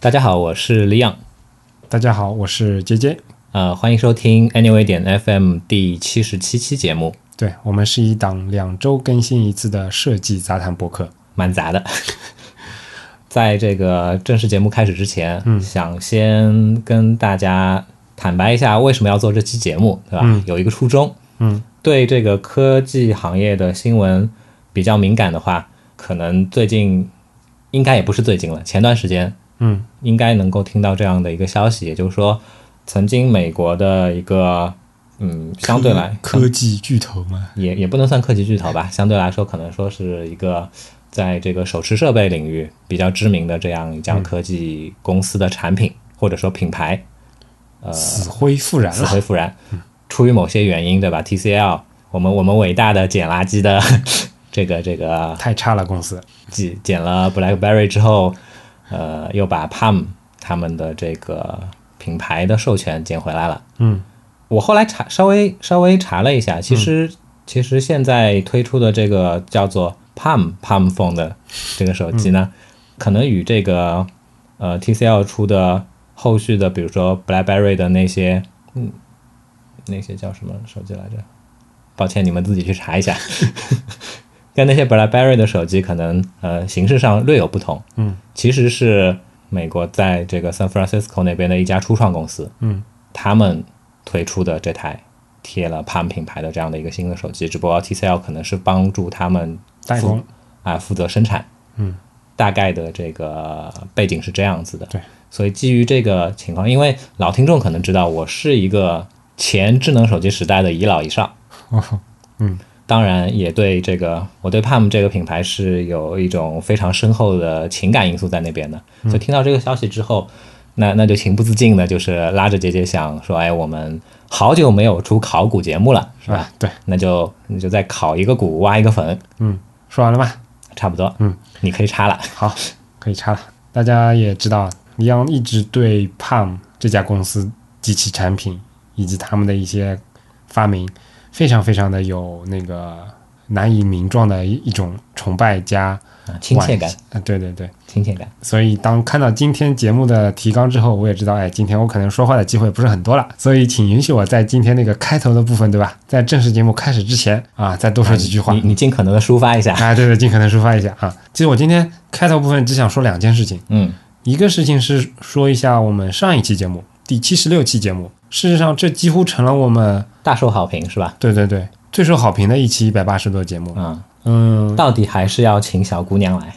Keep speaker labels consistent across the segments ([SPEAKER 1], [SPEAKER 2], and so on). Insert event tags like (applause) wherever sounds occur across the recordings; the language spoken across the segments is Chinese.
[SPEAKER 1] 大家好，我是李昂，
[SPEAKER 2] 大家好，我是杰杰。
[SPEAKER 1] 呃，欢迎收听 Anyway 点 FM 第七十七期节目，
[SPEAKER 2] 对我们是一档两周更新一次的设计杂谈博客。
[SPEAKER 1] 蛮杂的。 (laughs) 在这个正式节目开始之前，嗯，想先跟大家坦白一下为什么要做这期节目，对吧？有一个初衷，
[SPEAKER 2] 嗯，
[SPEAKER 1] 对这个科技行业的新闻比较敏感的话，可能最近应该也不是最近了，前段时间，
[SPEAKER 2] 嗯，
[SPEAKER 1] 应该能够听到这样的一个消息，也就是说，曾经美国的一个嗯， (laughs) 相对来
[SPEAKER 2] 科技巨头嘛，
[SPEAKER 1] 也也不能算科技巨头吧，相对来说可能说是一个在这个手持设备领域比较知名的这样一家科技公司的产品、或者说品牌
[SPEAKER 2] 死灰复燃
[SPEAKER 1] 呃死
[SPEAKER 2] 了。
[SPEAKER 1] 灰复燃，出于某些原因，对吧？TCL，我们我们伟大的捡垃圾的 (laughs) 这个这个
[SPEAKER 2] 太差了，公司。
[SPEAKER 1] 捡捡了 BlackBerry 之后，呃，又把 Palm 他们的这个品牌的授权捡回来了。
[SPEAKER 2] 嗯，
[SPEAKER 1] 我后来查稍微稍微查了一下，其实、其实现在推出的这个叫做 Palm Palm Phone 的这个手机呢，可能与这个呃 TCL 出的后续的，比如说 BlackBerry 的那些嗯那些叫什么手机来着？抱歉，你们自己去查一下。 (laughs) 跟那些 BlackBerry 的手机可能呃形式上略有不同，
[SPEAKER 2] 嗯，
[SPEAKER 1] 其实是美国在这个 San Francisco 那边的一家初创公司，
[SPEAKER 2] 嗯，
[SPEAKER 1] 他们推出的这台贴了 Palm 品牌的这样的一个新的手机，只不过 TCL 可能是帮助他们
[SPEAKER 2] 代工。
[SPEAKER 1] 啊负责生产，
[SPEAKER 2] 嗯，
[SPEAKER 1] 大概的这个背景是这样子的，
[SPEAKER 2] 对，
[SPEAKER 1] 所以基于这个情况，因为老听众可能知道我是一个前智能手机时代的遗老遗
[SPEAKER 2] (laughs)
[SPEAKER 1] 少，
[SPEAKER 2] 哦，
[SPEAKER 1] 当然也对这个，我对 Palm 这个品牌是有一种非常深厚的情感因素在那边的。
[SPEAKER 2] 嗯
[SPEAKER 1] 所以听到这个消息之后，那那就情不自禁的，就是拉着姐姐想说，哎，我们好久没有出考古节目了，是吧？
[SPEAKER 2] 啊，对，
[SPEAKER 1] 那就那就再考一个古，挖一个坟，
[SPEAKER 2] 嗯，说完了吧？
[SPEAKER 1] 差不多。
[SPEAKER 2] 嗯，
[SPEAKER 1] 你可以插了。
[SPEAKER 2] 好，可以插了。大家也知道，李昂一直对 Palm 这家公司及其产品以及他们的一些发明，非常非常的有那个难以名状的一一种崇拜加
[SPEAKER 1] 啊亲切感
[SPEAKER 2] 惋惜。啊，对对对。
[SPEAKER 1] 亲切感。
[SPEAKER 2] 所以当看到今天节目的提纲之后，我也知道，哎，今天我可能说话的机会不是很多了，所以请允许我在今天那个开头的部分，对吧？在正式节目开始之前啊，再多说几句话
[SPEAKER 1] 你。你尽可能的抒发一下。
[SPEAKER 2] 哎，对对，尽可能抒发一下啊。其实我今天开头部分只想说两件事情，
[SPEAKER 1] 嗯
[SPEAKER 2] 一个事情是说一下我们上一期节目，第七十六期节目，事实上这几乎成了我们
[SPEAKER 1] 大受好评是吧？
[SPEAKER 2] 对对对最受好评的一期一百八十多节目。
[SPEAKER 1] 嗯，
[SPEAKER 2] 嗯，
[SPEAKER 1] 到底还是要请小姑娘来。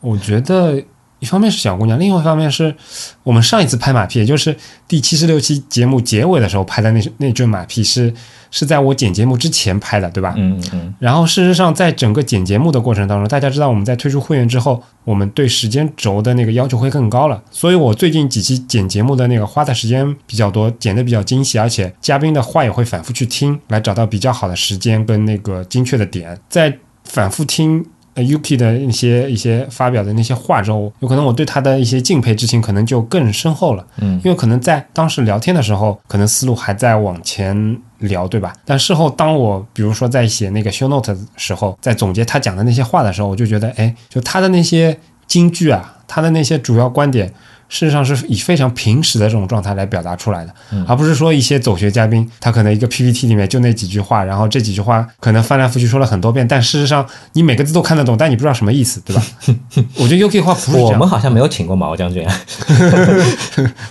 [SPEAKER 2] 我觉得一方面是小姑娘，另外一方面是我们上一次拍马屁，也就是第七十六期节目结尾的时候拍的那那阵马屁是是在我剪节目之前拍的，对吧？
[SPEAKER 1] 嗯嗯嗯，
[SPEAKER 2] 然后事实上，在整个剪节目的过程当中，大家知道我们在推出会员之后，我们对时间轴的那个要求会更高了。所以我最近几期剪节目的那个花的时间比较多，剪的比较精细，而且嘉宾的话也会反复去听，来找到比较好的时间跟那个精确的点，在反复听。呃，Yuki 的一些一些发表的那些话之后，有可能我对他的一些敬佩之情可能就更深厚了。
[SPEAKER 1] 嗯
[SPEAKER 2] 因为可能在当时聊天的时候，可能思路还在往前聊，对吧？但事后当我比如说在写那个 show note 的时候，在总结他讲的那些话的时候，我就觉得，哎，就他的那些金句啊，他的那些主要观点。事实上是以非常平实的这种状态来表达出来的，而不是说一些走学嘉宾，他可能一个 PPT 里面就那几句话，然后这几句话可能翻来覆去说了很多遍，但事实上你每个字都看得懂，但你不知道什么意思，对吧？ (laughs) 我觉得 UK 话不是这
[SPEAKER 1] 我
[SPEAKER 2] 样。
[SPEAKER 1] 们好像没有请过毛将军啊。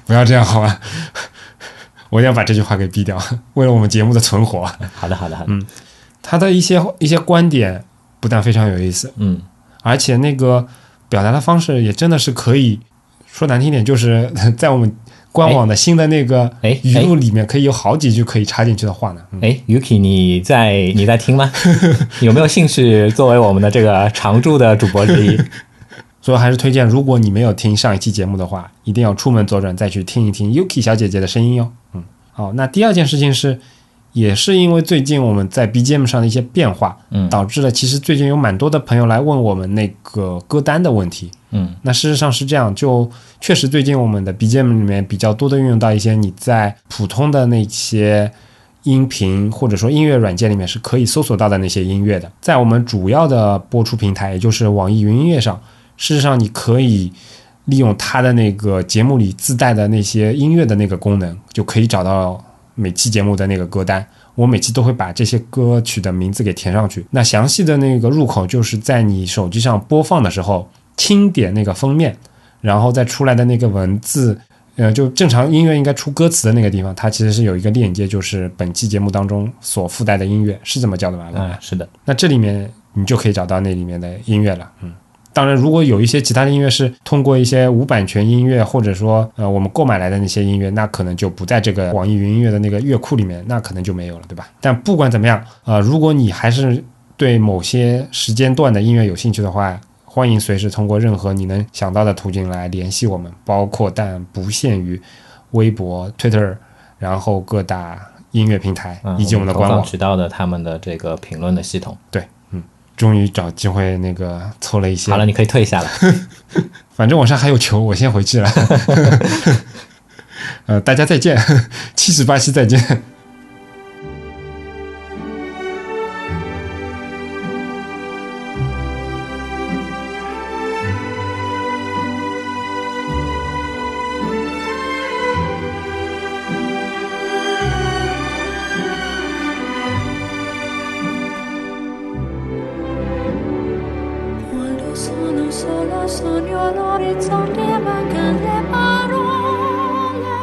[SPEAKER 2] 不要这样好吧？我一定要把这句话给毙掉，为了我们节目的存活。
[SPEAKER 1] 好的好的好
[SPEAKER 2] 嗯
[SPEAKER 1] 的。
[SPEAKER 2] 他的一些一些观点不但非常有意思，
[SPEAKER 1] 嗯。
[SPEAKER 2] 而且那个表达的方式也真的是可以说难听点，就是 (laughs) 在我们官网的新的那个
[SPEAKER 1] 哎哎
[SPEAKER 2] 语录里面，可以有好几句可以插进去的话呢。嗯
[SPEAKER 1] 哎，Yuki，你在你在听吗？
[SPEAKER 2] (laughs)
[SPEAKER 1] 有没有兴趣作为我们的这个常驻的主播
[SPEAKER 2] (laughs)
[SPEAKER 1] 之一？
[SPEAKER 2] 所以还是推荐，如果你没有听上一期节目的话，一定要出门左转再去听一听 Yuki 小姐姐的声音哟。嗯，好，那第二件事情是，也是因为最近我们在 BGM 上的一些变化，
[SPEAKER 1] 嗯
[SPEAKER 2] 导致了其实最近有蛮多的朋友来问我们那个歌单的问题。
[SPEAKER 1] 嗯
[SPEAKER 2] 那事实上是这样，就确实最近我们的 BGM 里面比较多的运用到一些你在普通的那些音频或者说音乐软件里面是可以搜索到的那些音乐的，在我们主要的播出平台，也就是网易云音乐上，事实上你可以利用它的那个节目里自带的那些音乐的那个功能，就可以找到每期节目的那个歌单。我每期都会把这些歌曲的名字给填上去。那详细的那个入口就是在你手机上播放的时候，轻点那个封面，然后再出来的那个文字，呃，就正常音乐应该出歌词的那个地方，它其实是有一个链接，就是本期节目当中所附带的音乐，是这么叫的吧？老
[SPEAKER 1] 嗯
[SPEAKER 2] 板，
[SPEAKER 1] 是的，
[SPEAKER 2] 那这里面你就可以找到那里面的音乐了，嗯。当然，如果有一些其他的音乐是通过一些无版权音乐，或者说呃我们购买来的那些音乐，那可能就不在这个网易云音乐的那个乐库里面，那可能就没有了，对吧？但不管怎么样，呃，如果你还是对某些时间段的音乐有兴趣的话，欢迎随时通过任何你能想到的途径来联系我们，包括但不限于微博、Twitter，然后各大音乐平台
[SPEAKER 1] 嗯，
[SPEAKER 2] 以及我们的
[SPEAKER 1] 投
[SPEAKER 2] 官
[SPEAKER 1] 放
[SPEAKER 2] 网。
[SPEAKER 1] 渠道的他们的这个评论的系统。
[SPEAKER 2] 对，嗯，终于找机会那个凑了一些。
[SPEAKER 1] 好了，，你可以退下了。
[SPEAKER 2] 反正网上还有球，我先回去了。 (laughs) 呃，大家再见， (laughs) 七十八期再见。
[SPEAKER 3] Quando sono solo sogno all'orizzonte mancan le parole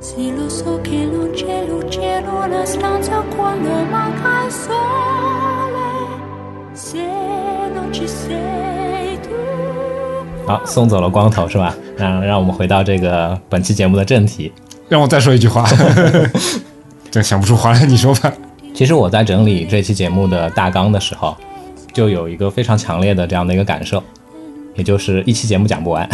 [SPEAKER 3] Sì lo so che non c'è luce in una stanza quando manca il sole Se non ci sei tu
[SPEAKER 1] 好，送走了光头是吧？让让我们回到这个本期节目的正题。
[SPEAKER 2] 让我再说一句话， (laughs) 真想不出话来，你说吧。
[SPEAKER 1] 其实我在整理这期节目的大纲的时候，就有一个非常强烈的这样的一个感受，也就是一期节目讲不完。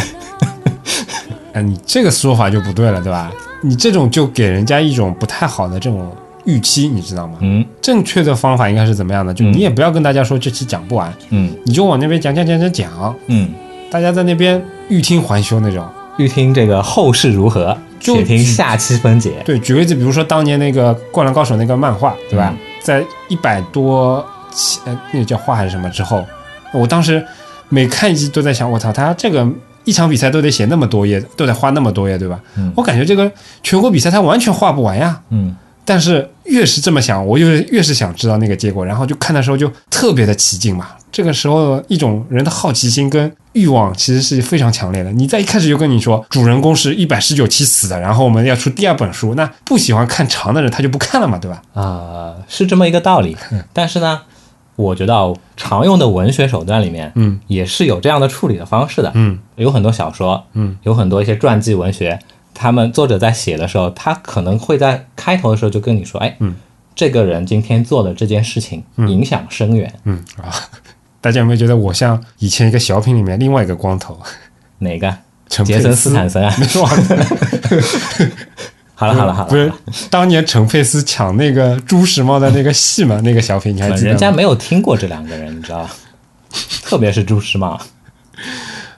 [SPEAKER 2] 哎，你这个说法就不对了，对吧？你这种就给人家一种不太好的这种预期，你知道吗？
[SPEAKER 1] 嗯
[SPEAKER 2] 正确的方法应该是怎么样的？就你也不要跟大家说这期讲不完，
[SPEAKER 1] 嗯
[SPEAKER 2] 你就往那边讲讲讲讲讲，
[SPEAKER 1] 嗯，
[SPEAKER 2] 大家在那边欲听还休那种。
[SPEAKER 1] 欲听这个后事如何，
[SPEAKER 2] 就
[SPEAKER 1] 且听下期分解。
[SPEAKER 2] 对，举个例子，比如说当年那个《灌篮高手》那个漫画，对吧？
[SPEAKER 1] 嗯
[SPEAKER 2] 在一百多期，呃，那个叫画还是什么之后，我当时每看一集都在想，我操，他这个一场比赛都得写那么多页，都得画那么多页，对吧？
[SPEAKER 1] 嗯
[SPEAKER 2] 我感觉这个全国比赛他完全画不完呀。
[SPEAKER 1] 嗯
[SPEAKER 2] 但是越是这么想，我就越是想知道那个结果，然后就看的时候就特别的起劲嘛。这个时候，一种人的好奇心跟欲望其实是非常强烈的。你在一开始就跟你说，主人公是一百十九期死的，然后我们要出第二本书，那不喜欢看长的人他就不看了嘛，对吧？
[SPEAKER 1] 啊、是这么一个道理。
[SPEAKER 2] 嗯
[SPEAKER 1] 但是呢，我觉得啊常用的文学手段里面，
[SPEAKER 2] 嗯，
[SPEAKER 1] 也是有这样的处理的方式的。
[SPEAKER 2] 嗯，
[SPEAKER 1] 有很多小说，
[SPEAKER 2] 嗯，
[SPEAKER 1] 有很多一些传记文学，他们作者在写的时候，他可能会在开头的时候就跟你说，哎，
[SPEAKER 2] 嗯，
[SPEAKER 1] 这个人今天做的这件事情影响深远，
[SPEAKER 2] 嗯啊，大家有没有觉得我像以前一个小品里面另外一个光头
[SPEAKER 1] 哪个？
[SPEAKER 2] 陈
[SPEAKER 1] 杰
[SPEAKER 2] 佩
[SPEAKER 1] 森斯
[SPEAKER 2] 斯
[SPEAKER 1] 坦森啊？
[SPEAKER 2] (laughs) 没说完，
[SPEAKER 1] (laughs) 好了好了好
[SPEAKER 2] 嗯不
[SPEAKER 1] 了，
[SPEAKER 2] 是当年陈佩斯抢那个朱时茂的那个戏嘛？那个小品你还记得
[SPEAKER 1] 人
[SPEAKER 2] 吗？
[SPEAKER 1] 家没有听过这两个人，你知道吧？特别是朱时茂，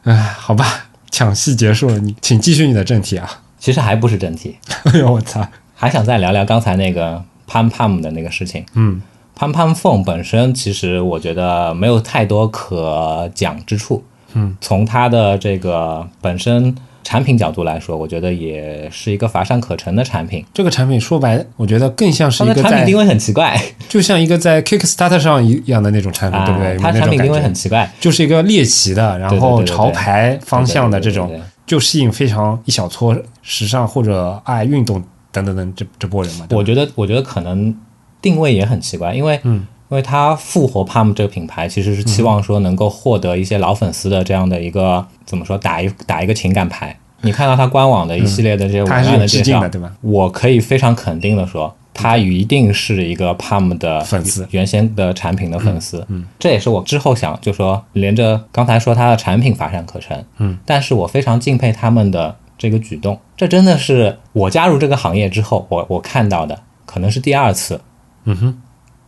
[SPEAKER 2] 唉，好吧，抢戏结束了，你请继续你的正题啊！
[SPEAKER 1] 其实还不是正题，
[SPEAKER 2] (laughs) 哎呦，我操！
[SPEAKER 1] 还想再聊聊刚才那个潘潘的那个事情。
[SPEAKER 2] 嗯
[SPEAKER 1] 潘潘凤本身其实我觉得没有太多可讲之处。
[SPEAKER 2] 嗯，
[SPEAKER 1] 从它的这个本身产品角度来说，我觉得也是一个乏善可陈的产品。
[SPEAKER 2] 这个产品说白，我觉得更像
[SPEAKER 1] 它
[SPEAKER 2] 是一
[SPEAKER 1] 的
[SPEAKER 2] 个
[SPEAKER 1] 产品
[SPEAKER 2] 在
[SPEAKER 1] 定，位很奇怪
[SPEAKER 2] 就像一个在 Kickstarter 上一样的那种产品，
[SPEAKER 1] 啊
[SPEAKER 2] 嗯对不对？，有
[SPEAKER 1] 它产
[SPEAKER 2] 那种
[SPEAKER 1] 品
[SPEAKER 2] 感
[SPEAKER 1] 定位
[SPEAKER 2] 觉
[SPEAKER 1] 很奇怪。
[SPEAKER 2] 就是一个猎奇的，然后
[SPEAKER 1] 对对对对对
[SPEAKER 2] 潮牌方向的这种，
[SPEAKER 1] 对对对对对
[SPEAKER 2] 就吸引非常一小撮时尚或者爱运动等等等这这波人嘛。对吧
[SPEAKER 1] 我觉得，我觉得可能定位也很奇怪，因为、
[SPEAKER 2] 嗯
[SPEAKER 1] 因为它复活 Palm 这个品牌，其实是期望说能够获得一些老粉丝的这样的一个、怎么说打一打一个情感牌。你看到它官网的一系列的这些文
[SPEAKER 2] 嗯它还是
[SPEAKER 1] 案
[SPEAKER 2] 有
[SPEAKER 1] 介
[SPEAKER 2] 致敬
[SPEAKER 1] 绍，
[SPEAKER 2] 的，对吧？
[SPEAKER 1] 我可以非常肯定的说，他一定是一个 Palm 的
[SPEAKER 2] 粉丝
[SPEAKER 1] 原先的产品的粉丝。嗯，这也是我之后想就说，连着刚才说他的产品乏善可陈，
[SPEAKER 2] 嗯，
[SPEAKER 1] 但是我非常敬佩他们的这个举动，这真的是我加入这个行业之后，我我看到的可能是第二次
[SPEAKER 2] 嗯哼，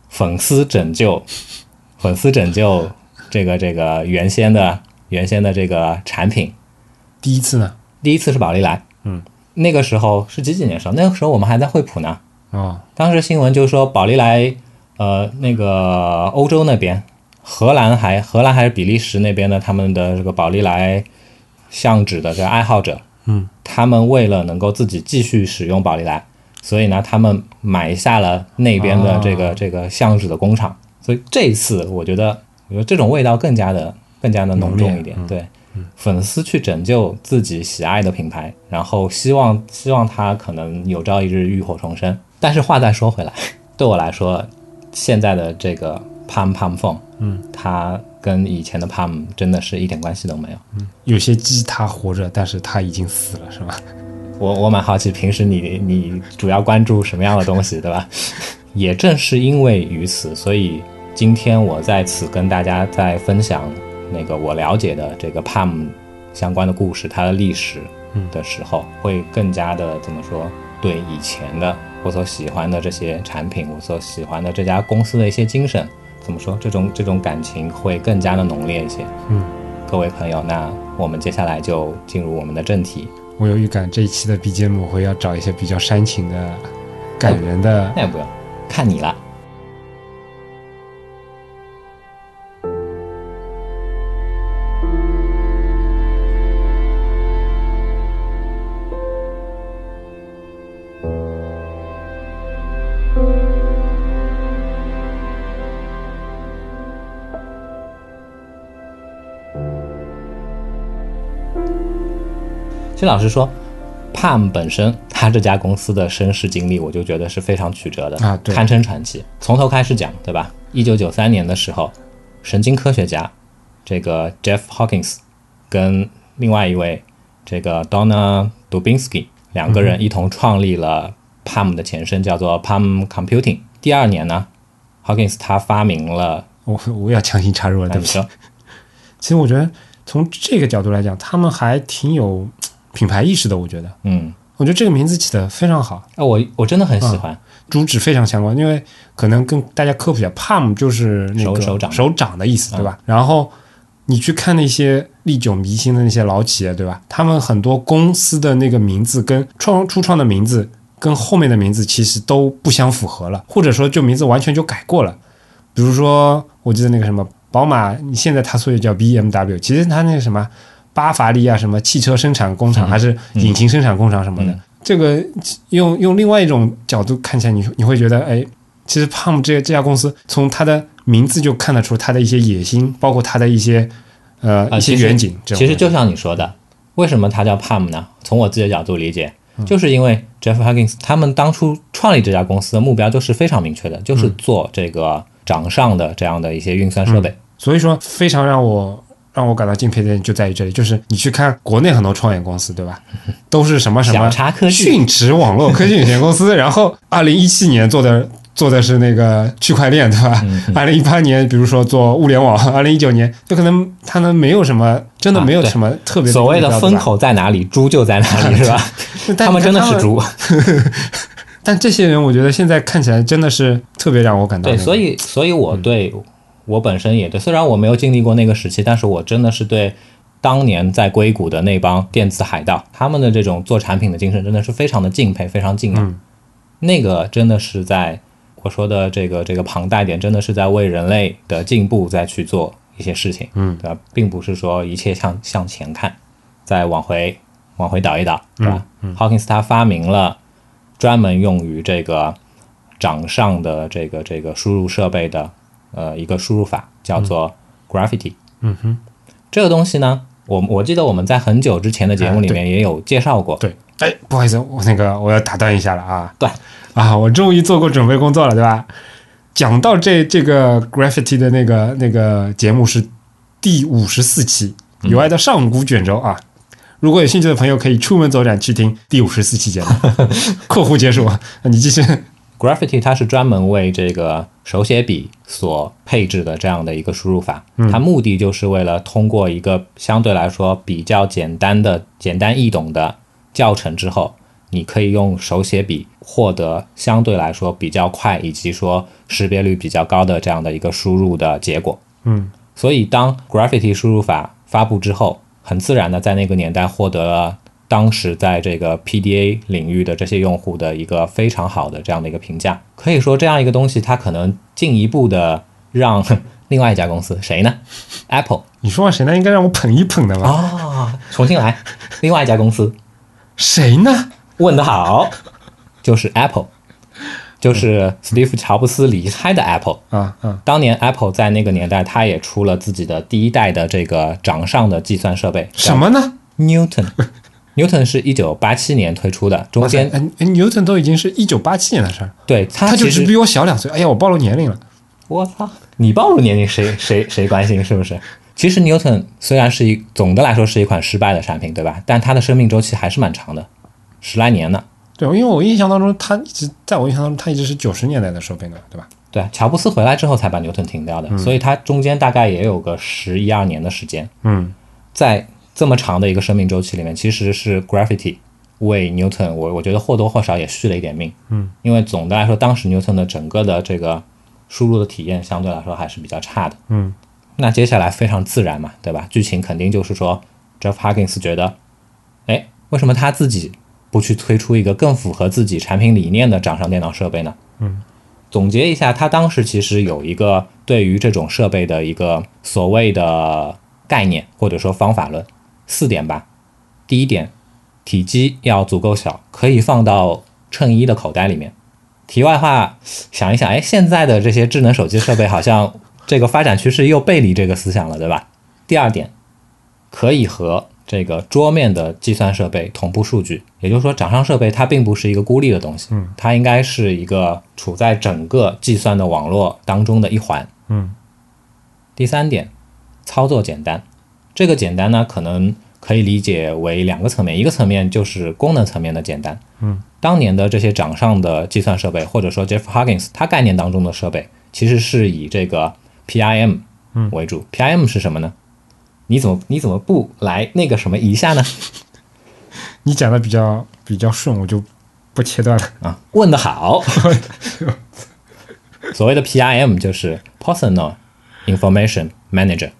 [SPEAKER 1] 粉丝拯救，粉丝拯救这个这个原先的原先的这个产品，
[SPEAKER 2] 第一次呢？
[SPEAKER 1] 第一次是宝丽来，
[SPEAKER 2] 嗯，
[SPEAKER 1] 那个时候是几几年的时候？那个时候我们还在惠普呢，
[SPEAKER 2] 哦，
[SPEAKER 1] 当时新闻就说宝丽来，呃，那个欧洲那边，荷兰还荷兰还是比利时那边的他们的这个宝丽来相纸的这爱好者，
[SPEAKER 2] 嗯，
[SPEAKER 1] 他们为了能够自己继续使用宝丽来，所以呢，他们买下了那边的这个、
[SPEAKER 2] 哦
[SPEAKER 1] 这个相纸的工厂。所以这次我觉得，我觉得这种味道更加的更加的浓
[SPEAKER 2] 浓
[SPEAKER 1] 重
[SPEAKER 2] 烈
[SPEAKER 1] 一点。
[SPEAKER 2] 嗯
[SPEAKER 1] 对，粉丝去拯救自己喜爱的品牌，然后希望希望它可能有朝一日浴火重生。但是话再说回来， (laughs) 对我来说，现在的这个 Palm Palm Phone，
[SPEAKER 2] 嗯，
[SPEAKER 1] 它跟以前的 Palm 真的是一点关系都没有。
[SPEAKER 2] 有些鸡它活着，但是它已经死了，是吧？ (laughs)
[SPEAKER 1] 我我蛮好奇，平时你你主要关注什么样的东西，对吧？ (laughs) 也正是因为于此，所以今天我在此跟大家在分享那个我了解的这个 Palm 相关的故事，它的历史的时候，会更加的怎么说？对以前的我所喜欢的这些产品，我所喜欢的这家公司的一些精神，怎么说？这种这种感情会更加的浓烈一些。
[SPEAKER 2] 嗯，
[SPEAKER 1] 各位朋友，那我们接下来就进入我们的正题。
[SPEAKER 2] 我有预感这一期的 BGM 我会要找一些比较煽情的、感人的。
[SPEAKER 1] 那也不用，看你了。其实老实说，Palm 本身它这家公司的身世经历，我就觉得是非常曲折的
[SPEAKER 2] 啊对
[SPEAKER 1] 堪称传奇。从头开始讲，对吧？一九九三年的时候，神经科学家这个 Jeff Hawkins 跟另外一位这个 Donna Dubinsky 两个
[SPEAKER 2] 嗯
[SPEAKER 1] 人一同创立了 Palm 的前身，叫做 Palm Computing。第二年呢，Hawkins 他发明了，
[SPEAKER 2] 我我要强行插入了，
[SPEAKER 1] 那
[SPEAKER 2] 对
[SPEAKER 1] 你
[SPEAKER 2] 不起
[SPEAKER 1] 说。
[SPEAKER 2] 其实我觉得从这个角度来讲，他们还挺有品牌意识的。我觉得，
[SPEAKER 1] 嗯，
[SPEAKER 2] 我觉得这个名字起得非常好。
[SPEAKER 1] 哎，我我真的很
[SPEAKER 2] 嗯
[SPEAKER 1] 喜欢，
[SPEAKER 2] 主旨非常相关，因为可能跟大家科普一下，palm 就是那个
[SPEAKER 1] 手手掌嗯
[SPEAKER 2] 的意思，对吧？然后你去看那些历久弥新的那些老企业，对吧？他们很多公司的那个名字跟创初创的名字跟后面的名字其实都不相符合了，或者说就名字完全就改过了。比如说，我记得那个什么宝马，你现在它所以叫 BMW，其实它那个什么巴伐利亚什么汽车生产工厂，还是引擎生产工厂什么的，
[SPEAKER 1] 嗯
[SPEAKER 2] 这个用用另外一种角度看起来你，你会觉得，哎，其实 Palm 这这家公司从它的名字就看得出它的一些野心，包括它的一些呃
[SPEAKER 1] 啊
[SPEAKER 2] 一些
[SPEAKER 1] 其实
[SPEAKER 2] 远景。这种
[SPEAKER 1] 其实就像你说的，为什么它叫 Palm 呢？从我自己的角度理解，
[SPEAKER 2] 嗯
[SPEAKER 1] 就是因为 Jeff Hawkins 他们当初创立这家公司的目标就是非常明确的，
[SPEAKER 2] 嗯
[SPEAKER 1] 就是做这个掌上的这样的一些运算设备。
[SPEAKER 2] 所以说非常让我让我感到敬佩的点就在于这里，就是你去看国内很多创业公司，对吧？都是什么什么
[SPEAKER 1] 小茶科技
[SPEAKER 2] 迅驰网络科技有限公司，然后二零一七年做的。做的是那个区块链，对吧？
[SPEAKER 1] 嗯
[SPEAKER 2] 二零一八年，比如说做物联网，二零一九年，就可能他们没有什么，真的没有
[SPEAKER 1] 啊对
[SPEAKER 2] 什么特别、
[SPEAKER 1] 所谓的风，口在哪里，猪就在哪里，是吧？
[SPEAKER 2] 啊 (laughs) 但
[SPEAKER 1] 他们真的是猪，
[SPEAKER 2] 但这些人，我觉得现在看起来真的是特别让我感到、嗯
[SPEAKER 1] 对，所以，所以我对、我本身也对，虽然我没有经历过那个时期，但是我真的是对当年在硅谷的那帮电子海盗，他们的这种做产品的精神，真的是非常的敬佩，非常敬仰。
[SPEAKER 2] 嗯
[SPEAKER 1] 那个真的是在我说的这个这个庞大一点，真的是在为人类的进步再去做一些事情，
[SPEAKER 2] 嗯
[SPEAKER 1] 对吧？并不是说一切向向前看，再往回往回倒一倒，对吧、h
[SPEAKER 2] 嗯
[SPEAKER 1] a w k i n s 他发明了专门用于这个掌上的这个这个输入设备的呃一个输入法，叫做 Graffiti。
[SPEAKER 2] 嗯哼，
[SPEAKER 1] 这个东西呢，我我记得我们在很久之前的节目里
[SPEAKER 2] 啊对
[SPEAKER 1] 面也有介绍过，
[SPEAKER 2] 对，哎，不好意思，我那个我要打断一下了啊。
[SPEAKER 1] 对
[SPEAKER 2] 啊，我终于做过准备工作了，对吧？讲到这这个 graffiti 的那个那个节目是第五十四期《有爱的上古卷轴》啊。如果有兴趣的朋友，可以出门走展去听第五十四期节目。（括弧结束）啊你继续。
[SPEAKER 1] Graffiti 它是专门为这个手写笔所配置的这样的一个输入法，它目的就是为了通过一个相对来说比较简单的、简单易懂的教程之后，你可以用手写笔获得相对来说比较快以及说识别率比较高的这样的一个输入的结果。
[SPEAKER 2] 嗯
[SPEAKER 1] 所以，当 Graffiti 输入法发布之后，很自然的在那个年代获得了当时在这个 PDA 领域的这些用户的一个非常好的这样的一个评价。可以说，这样一个东西，它可能进一步的让 (laughs) 另外一家公司，谁呢？Apple
[SPEAKER 2] 你说谁呢？应该让我捧一捧的吧？
[SPEAKER 1] 啊，重新来，另外一家公司，
[SPEAKER 2] 谁呢？
[SPEAKER 1] 问得好，就是 Apple，就是史蒂夫·乔布斯离开的 Apple。
[SPEAKER 2] 啊啊
[SPEAKER 1] 当年 Apple 在那个年代，它也出了自己的第一代的这个掌上的计算设备，
[SPEAKER 2] 什么呢？
[SPEAKER 1] Newton。Newton (laughs) 是一九八七年推出的，中间
[SPEAKER 2] 哎哎，Newton 都已经是一九八七年的事儿，
[SPEAKER 1] 对它
[SPEAKER 2] 他就
[SPEAKER 1] 其
[SPEAKER 2] 只
[SPEAKER 1] 实
[SPEAKER 2] 比我小两岁。哎呀，我暴露年龄了。
[SPEAKER 1] 我操，你暴露年龄谁谁谁关心是不是？其实 Newton 虽然是一总的来说是一款失败的产品，对吧？但它的生命周期还是蛮长的，十来年呢。
[SPEAKER 2] 对，因为我印象当中，他一直在我印象当中，他一直是九十年代的设备呢，对吧？
[SPEAKER 1] 对啊，乔布斯回来之后才把 Newton 停掉的，
[SPEAKER 2] 嗯
[SPEAKER 1] 所以它中间大概也有个十一二年的时间。
[SPEAKER 2] 嗯，
[SPEAKER 1] 在这么长的一个生命周期里面，其实是 Graffiti 为 Newton，我我觉得或多或少也续了一点命。嗯，因为总的来说，当时 Newton 的整个的这个输入的体验相对来说还是比较差的。
[SPEAKER 2] 嗯，
[SPEAKER 1] 那接下来非常自然嘛，对吧？剧情肯定就是说，Jeff Huggins 觉得，哎，为什么他自己不去推出一个更符合自己产品理念的掌上电脑设备呢？总结一下，他当时其实有一个对于这种设备的一个所谓的概念或者说方法论，四点吧。第一点，体积要足够小，可以放到衬衣的口袋里面。题外话，想一想，哎，现在的这些智能手机设备好像这个发展趋势又背离这个思想了，对吧？第二点，可以和这个桌面的计算设备同步数据，也就是说，掌上设备它并不是一个孤立的东西，嗯，它应该是一个处在整个计算的网络当中的一环，
[SPEAKER 2] 嗯。
[SPEAKER 1] 第三点，操作简单，这个简单呢，可能可以理解为两个层面，一个层面就是功能层面的简单，嗯，当年的这些掌上的计算设备，或者说 Jeff Huggins 他概念当中的设备，其实是以这个 PIM 为主、p i m 是什么呢？你怎么你怎么不来那个什么一下呢？
[SPEAKER 2] 你讲的比较比较顺，我就不切断了。 (laughs)
[SPEAKER 1] 啊，问得好。 (laughs) 所谓的 PIM 就是 Personal Information Manager，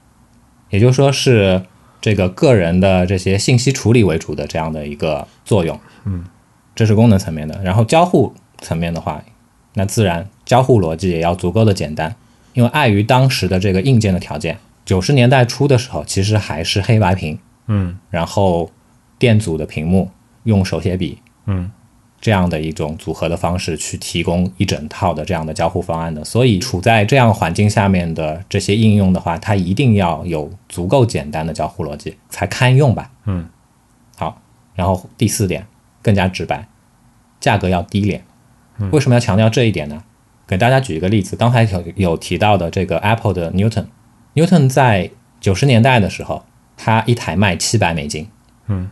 [SPEAKER 1] 也就是说是这个个人的这些信息处理为主的这样的一个作用。嗯，这是功能层面的。然后交互层面的话，那自然交互逻辑也要足够的简单，因为碍于当时的这个硬件的条件，九十年代初的时候其实还是黑白屏，
[SPEAKER 2] 嗯
[SPEAKER 1] 然后电阻的屏幕，用手写笔
[SPEAKER 2] 嗯，
[SPEAKER 1] 这样的一种组合的方式去提供一整套的这样的交互方案的。所以处在这样环境下面的这些应用的话，它一定要有足够简单的交互逻辑才堪用吧。
[SPEAKER 2] 嗯，
[SPEAKER 1] 好，然后第四点更加直白，价格要低廉。为什么要强调这一点呢？给大家举一个例子，刚才有有提到的这个 Apple 的 Newton，Newton 在九十年代的时候，它一台卖七百美金。
[SPEAKER 2] 嗯，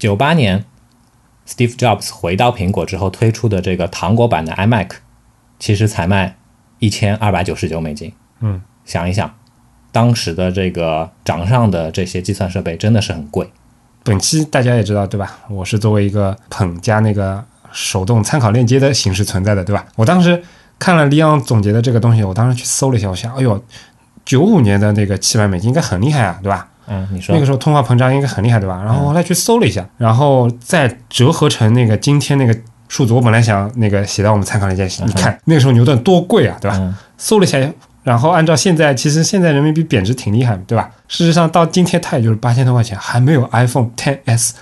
[SPEAKER 1] 九八年 Steve Jobs 回到苹果之后推出的这个糖果版的 iMac，其实才卖一千二百九十九美金。
[SPEAKER 2] 嗯，
[SPEAKER 1] 想一想，当时的这个掌上的这些计算设备真的是很贵。
[SPEAKER 2] 本期大家也知道对吧？我是作为一个捧加那个手动参考链接的形式存在的，对吧？我当时看了利昂总结的这个东西，我当时去搜了一下，我想，哎呦，九五年的那个七百美金应该很厉害啊，对吧？
[SPEAKER 1] 嗯，你说
[SPEAKER 2] 那个时候通货膨胀应该很厉害，对
[SPEAKER 1] 嗯
[SPEAKER 2] 吧？然后我后来去搜了一下，然后再折合成那个今天那个数字，我本来想那个写到我们参考链接，你看那个时候牛顿多贵啊，对吧？
[SPEAKER 1] 嗯
[SPEAKER 2] 搜了一下，然后按照现在，其实现在人民币贬值挺厉害，对吧？事实上到今天它也就是八千多块钱，还没有 iPhone Ten
[SPEAKER 1] (laughs)
[SPEAKER 2] S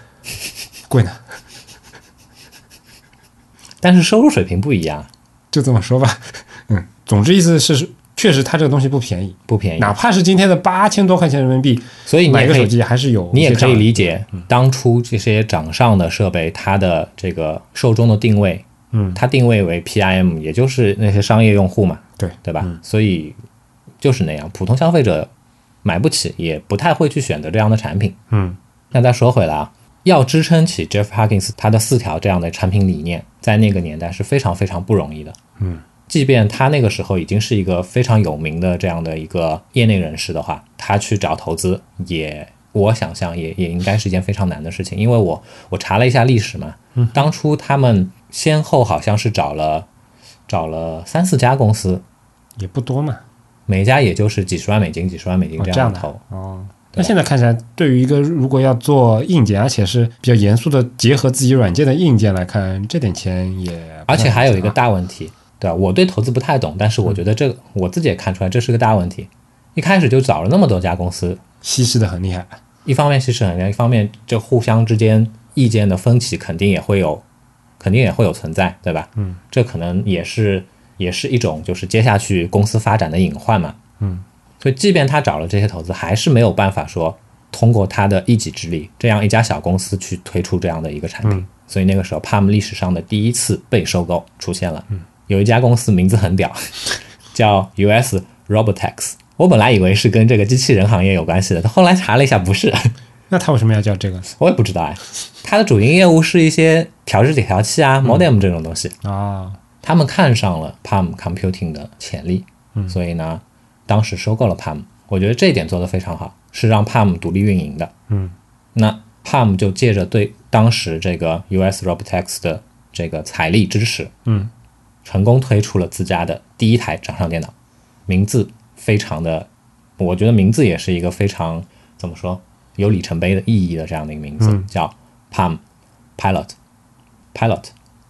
[SPEAKER 2] 贵呢，
[SPEAKER 1] 但是收入水平不一样，
[SPEAKER 2] 就这么说吧。嗯，总之意思是，确实它这个东西不便宜，
[SPEAKER 1] 不便宜，
[SPEAKER 2] 哪怕是今天的八千多块钱人民币，
[SPEAKER 1] 所以你
[SPEAKER 2] 买
[SPEAKER 1] 也
[SPEAKER 2] 个
[SPEAKER 1] 可
[SPEAKER 2] 手
[SPEAKER 1] 以。
[SPEAKER 2] 机还是有
[SPEAKER 1] 你
[SPEAKER 2] 一
[SPEAKER 1] 也
[SPEAKER 2] 些
[SPEAKER 1] 可
[SPEAKER 2] 障
[SPEAKER 1] 以
[SPEAKER 2] 碍
[SPEAKER 1] 理解，
[SPEAKER 2] 嗯
[SPEAKER 1] 当初这些掌上的设备，它的这个受众的定位，
[SPEAKER 2] 嗯
[SPEAKER 1] 它定位为 PIM，也就是那些商业用户嘛，
[SPEAKER 2] 对
[SPEAKER 1] 对吧？所以就是那样，普通消费者买不起，也不太会去选择这样的产品。
[SPEAKER 2] 嗯
[SPEAKER 1] 那再说回来啊，要支撑起 Jeff Huggins 他的四条这样的产品理念，在那个年代是非常非常不容易的。
[SPEAKER 2] 嗯，
[SPEAKER 1] 即便他那个时候已经是一个非常有名的这样的一个业内人士的话，他去找投资也。我想象也也应该是一件非常难的事情，因为我我查了一下历史嘛，
[SPEAKER 2] 嗯
[SPEAKER 1] 当初他们先后好像是找了找了三四家公司，
[SPEAKER 2] 也不多嘛。
[SPEAKER 1] 每家也就是几十万美金、几十万美金
[SPEAKER 2] 哦
[SPEAKER 1] 这
[SPEAKER 2] 这
[SPEAKER 1] 样的
[SPEAKER 2] 样的
[SPEAKER 1] 投。
[SPEAKER 2] 哦，
[SPEAKER 1] 对
[SPEAKER 2] 那现在看起来，对于一个如果要做硬件，而且是比较哦严肃的结合自己软件的硬件来看，这点钱也不太啊
[SPEAKER 1] 而且还有一个
[SPEAKER 2] 划
[SPEAKER 1] 大问题，对吧？我对投资不太懂，但是我觉得这个我自己也看出来，这是个大问题。一开始就找了那么多家公司，
[SPEAKER 2] 稀释的很厉害。
[SPEAKER 1] 一方面其实很难，一方面这互相之间意见的分歧肯定也会有，肯定也会有存在，对吧？
[SPEAKER 2] 嗯，
[SPEAKER 1] 这可能也是也是一种就是接下去公司发展的隐患嘛。
[SPEAKER 2] 嗯，
[SPEAKER 1] 所以即便他找了这些投资，还是没有办法说通过他的一己之力，这样一家小公司去推出这样的一个产品。
[SPEAKER 2] 嗯
[SPEAKER 1] 所以那个时候，Palm 历史上的第一次被收购出现
[SPEAKER 2] 嗯
[SPEAKER 1] 了。有一家公司名字很屌， (laughs) 叫 US Robotex。我本来以为是跟这个机器人行业有关系的，但后来查了一下，不是。
[SPEAKER 2] 那他为什么要叫这个
[SPEAKER 1] 我也不知道哎，它的主营业务是一些调制解调器啊、modem 这种东西。
[SPEAKER 2] 啊？
[SPEAKER 1] 他们看上了 Palm Computing 的潜力，
[SPEAKER 2] 嗯
[SPEAKER 1] 所以呢，当时收购了 Palm。我觉得这一点做得非常好，是让 Palm 独立运营的。
[SPEAKER 2] 嗯，
[SPEAKER 1] 那 Palm 就借着对当时这个 US Robotex 的这个财力支持，
[SPEAKER 2] 嗯，
[SPEAKER 1] 成功推出了自家的第一台掌上电脑，名字非常的，我觉得名字也是一个非常怎么说有里程碑的意义的这样的一个名字，
[SPEAKER 2] 嗯
[SPEAKER 1] 叫 Palm Pilot Pilot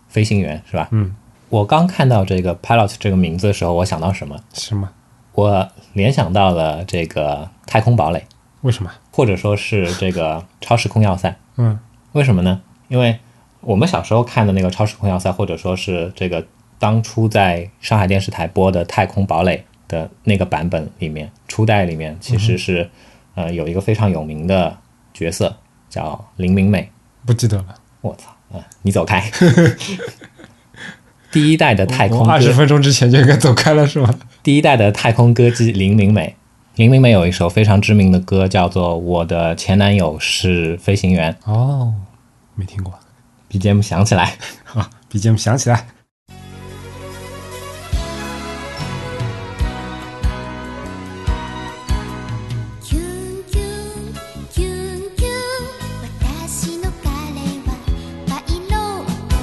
[SPEAKER 1] 飞行员是吧？
[SPEAKER 2] 嗯，
[SPEAKER 1] 我刚看到这个 Pilot 这个名字的时候，我想到什么？
[SPEAKER 2] 什么？
[SPEAKER 1] 我联想到了这个太空堡垒，
[SPEAKER 2] 为什么？
[SPEAKER 1] 或者说是这个超时空要塞。
[SPEAKER 2] 嗯
[SPEAKER 1] 为什么呢？因为我们小时候看的那个《超时空要塞》，或者说是这个当初在上海电视台播的《太空堡垒》的那个版本里面，初代里面其实是、呃有一个非常有名的角色叫林明美。
[SPEAKER 2] 不记得了。
[SPEAKER 1] 我操，啊、你走开！第一代的太空
[SPEAKER 2] 二十
[SPEAKER 1] 歌，
[SPEAKER 2] 分钟之前就应该走开了是吗？
[SPEAKER 1] 第一代的太空歌姬林明美。林明美有一首非常知名的歌，叫做《我的前男友是飞行员
[SPEAKER 2] 哦，没听过。》
[SPEAKER 1] ，BGM 响起来。
[SPEAKER 2] 好，BGM 响起来。
[SPEAKER 3] 「キュンキュンキュンキュン」「私の彼はパイロット」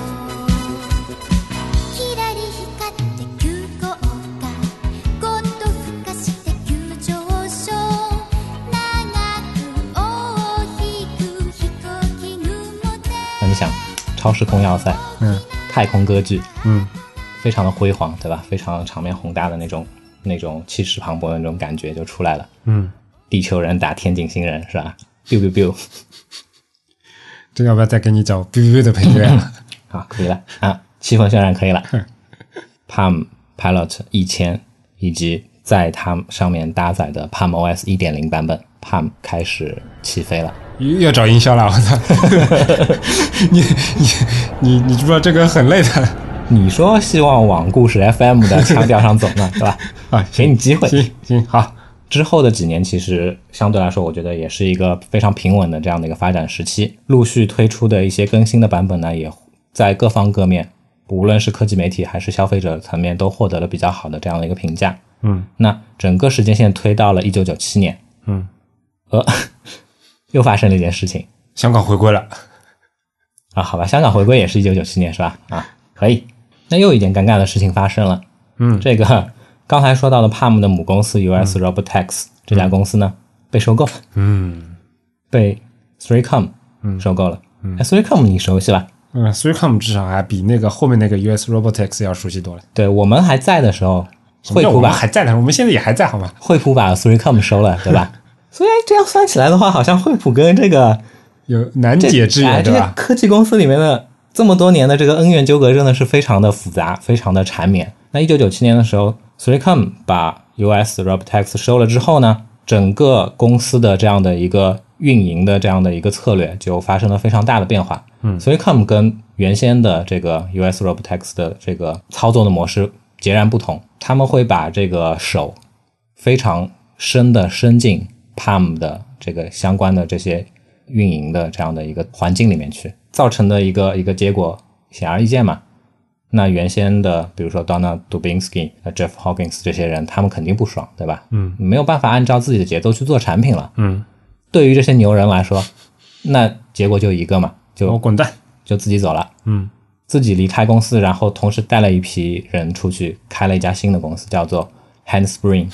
[SPEAKER 3] 「キラリ光って急降下」「ゴッとふかして急上昇」「長く大きく飛行機雲で」
[SPEAKER 1] 那你想，超时空要塞，
[SPEAKER 2] 嗯
[SPEAKER 1] 太空歌剧，
[SPEAKER 2] 嗯
[SPEAKER 1] 非常的辉煌，对吧？非常场面宏大的那种、那种气势磅礴的那种感觉就出来了。
[SPEAKER 2] 嗯，
[SPEAKER 1] 地球人打天井星人是吧？biu biu biu，
[SPEAKER 2] 这要不要再给你找 B B B 的配乐
[SPEAKER 1] (laughs)
[SPEAKER 2] 了？
[SPEAKER 1] 好，可以了啊，气氛渲染可以了。Palm Pilot 一千以及在它上面搭载的 Palm OS 一点零版本，Palm 开始起飞了。
[SPEAKER 2] 又又找营销了，我
[SPEAKER 1] (laughs)
[SPEAKER 2] 操！你你你你知不知道这个很累的
[SPEAKER 1] 你说希望往故事 FM 的腔调上走呢，对吧？
[SPEAKER 2] (laughs) 啊？
[SPEAKER 1] 给
[SPEAKER 2] 行
[SPEAKER 1] 你机会，
[SPEAKER 2] 行行，好，
[SPEAKER 1] 之后的几年，其实相对来说，我觉得也是一个非常平稳的这样的一个发展时期。陆续推出的一些更新的版本呢，也在各方各面，无论是科技媒体还是消费者层面，都获得了比较好的这样的一个评价。
[SPEAKER 2] 嗯
[SPEAKER 1] 那整个时间线推到了一九九七年，
[SPEAKER 2] 嗯，
[SPEAKER 1] 呃， (laughs) 又发生了一件事情
[SPEAKER 2] 香港回归了，
[SPEAKER 1] 啊，好吧，香港回归也是一九九七年是吧？啊，可以。那又一件尴尬的事情发生了，
[SPEAKER 2] 嗯
[SPEAKER 1] 这个刚才说到的 Palm 的母公司 US Robotex、这家公司呢，被收购了。
[SPEAKER 2] 嗯
[SPEAKER 1] 被 Threecom 收购了。哎，Threecom 你熟悉吧？
[SPEAKER 2] 嗯 t h r e e c o m 至少还比那个后面那个 US Robotics 要熟悉多了。
[SPEAKER 1] 对我们还在的时候，惠
[SPEAKER 2] 那
[SPEAKER 1] 普
[SPEAKER 2] 我们
[SPEAKER 1] 把
[SPEAKER 2] 还在呢，我们现在也还在，好吗？
[SPEAKER 1] 惠普把 Threecom 收了，对
[SPEAKER 2] (laughs)
[SPEAKER 1] 吧？所以这样算起来的话，好像惠普跟这个
[SPEAKER 2] 有难
[SPEAKER 1] 这
[SPEAKER 2] 解之
[SPEAKER 1] 哎
[SPEAKER 2] 缘，
[SPEAKER 1] 这
[SPEAKER 2] 对
[SPEAKER 1] 些
[SPEAKER 2] 吧？
[SPEAKER 1] 科技公司里面的这么多年的这个恩怨纠葛，真的是非常的复杂，非常的缠绵。那一九九七年的时候，Threecom 把 US Robotex 收了之后呢，整个公司的这样的一个运营的这样的一个策略就发生了非常大的变化。嗯，Threecom 跟原先的这个 US Robotex 的这个操作的模式截然不同，他们会把这个手非常深的深进 Palm 的这个相关的这些运营的这样的一个环境里面去，造成的一个一个结果显而易见嘛。那原先的，比如说 Donna Dubinsky、呃 Jeff Hawkins 这些人，他们肯定不爽，对吧？
[SPEAKER 2] 嗯，
[SPEAKER 1] 没有办法按照自己的节奏去做产品了。
[SPEAKER 2] 嗯，
[SPEAKER 1] 对于这些牛人来说，那结果就一个嘛，
[SPEAKER 2] 我
[SPEAKER 1] 就
[SPEAKER 2] 滚蛋。
[SPEAKER 1] 就自己走了。
[SPEAKER 2] 嗯
[SPEAKER 1] 自己离开公司，然后同时带了一批人出去，开了一家新的公司，叫做 Handspring。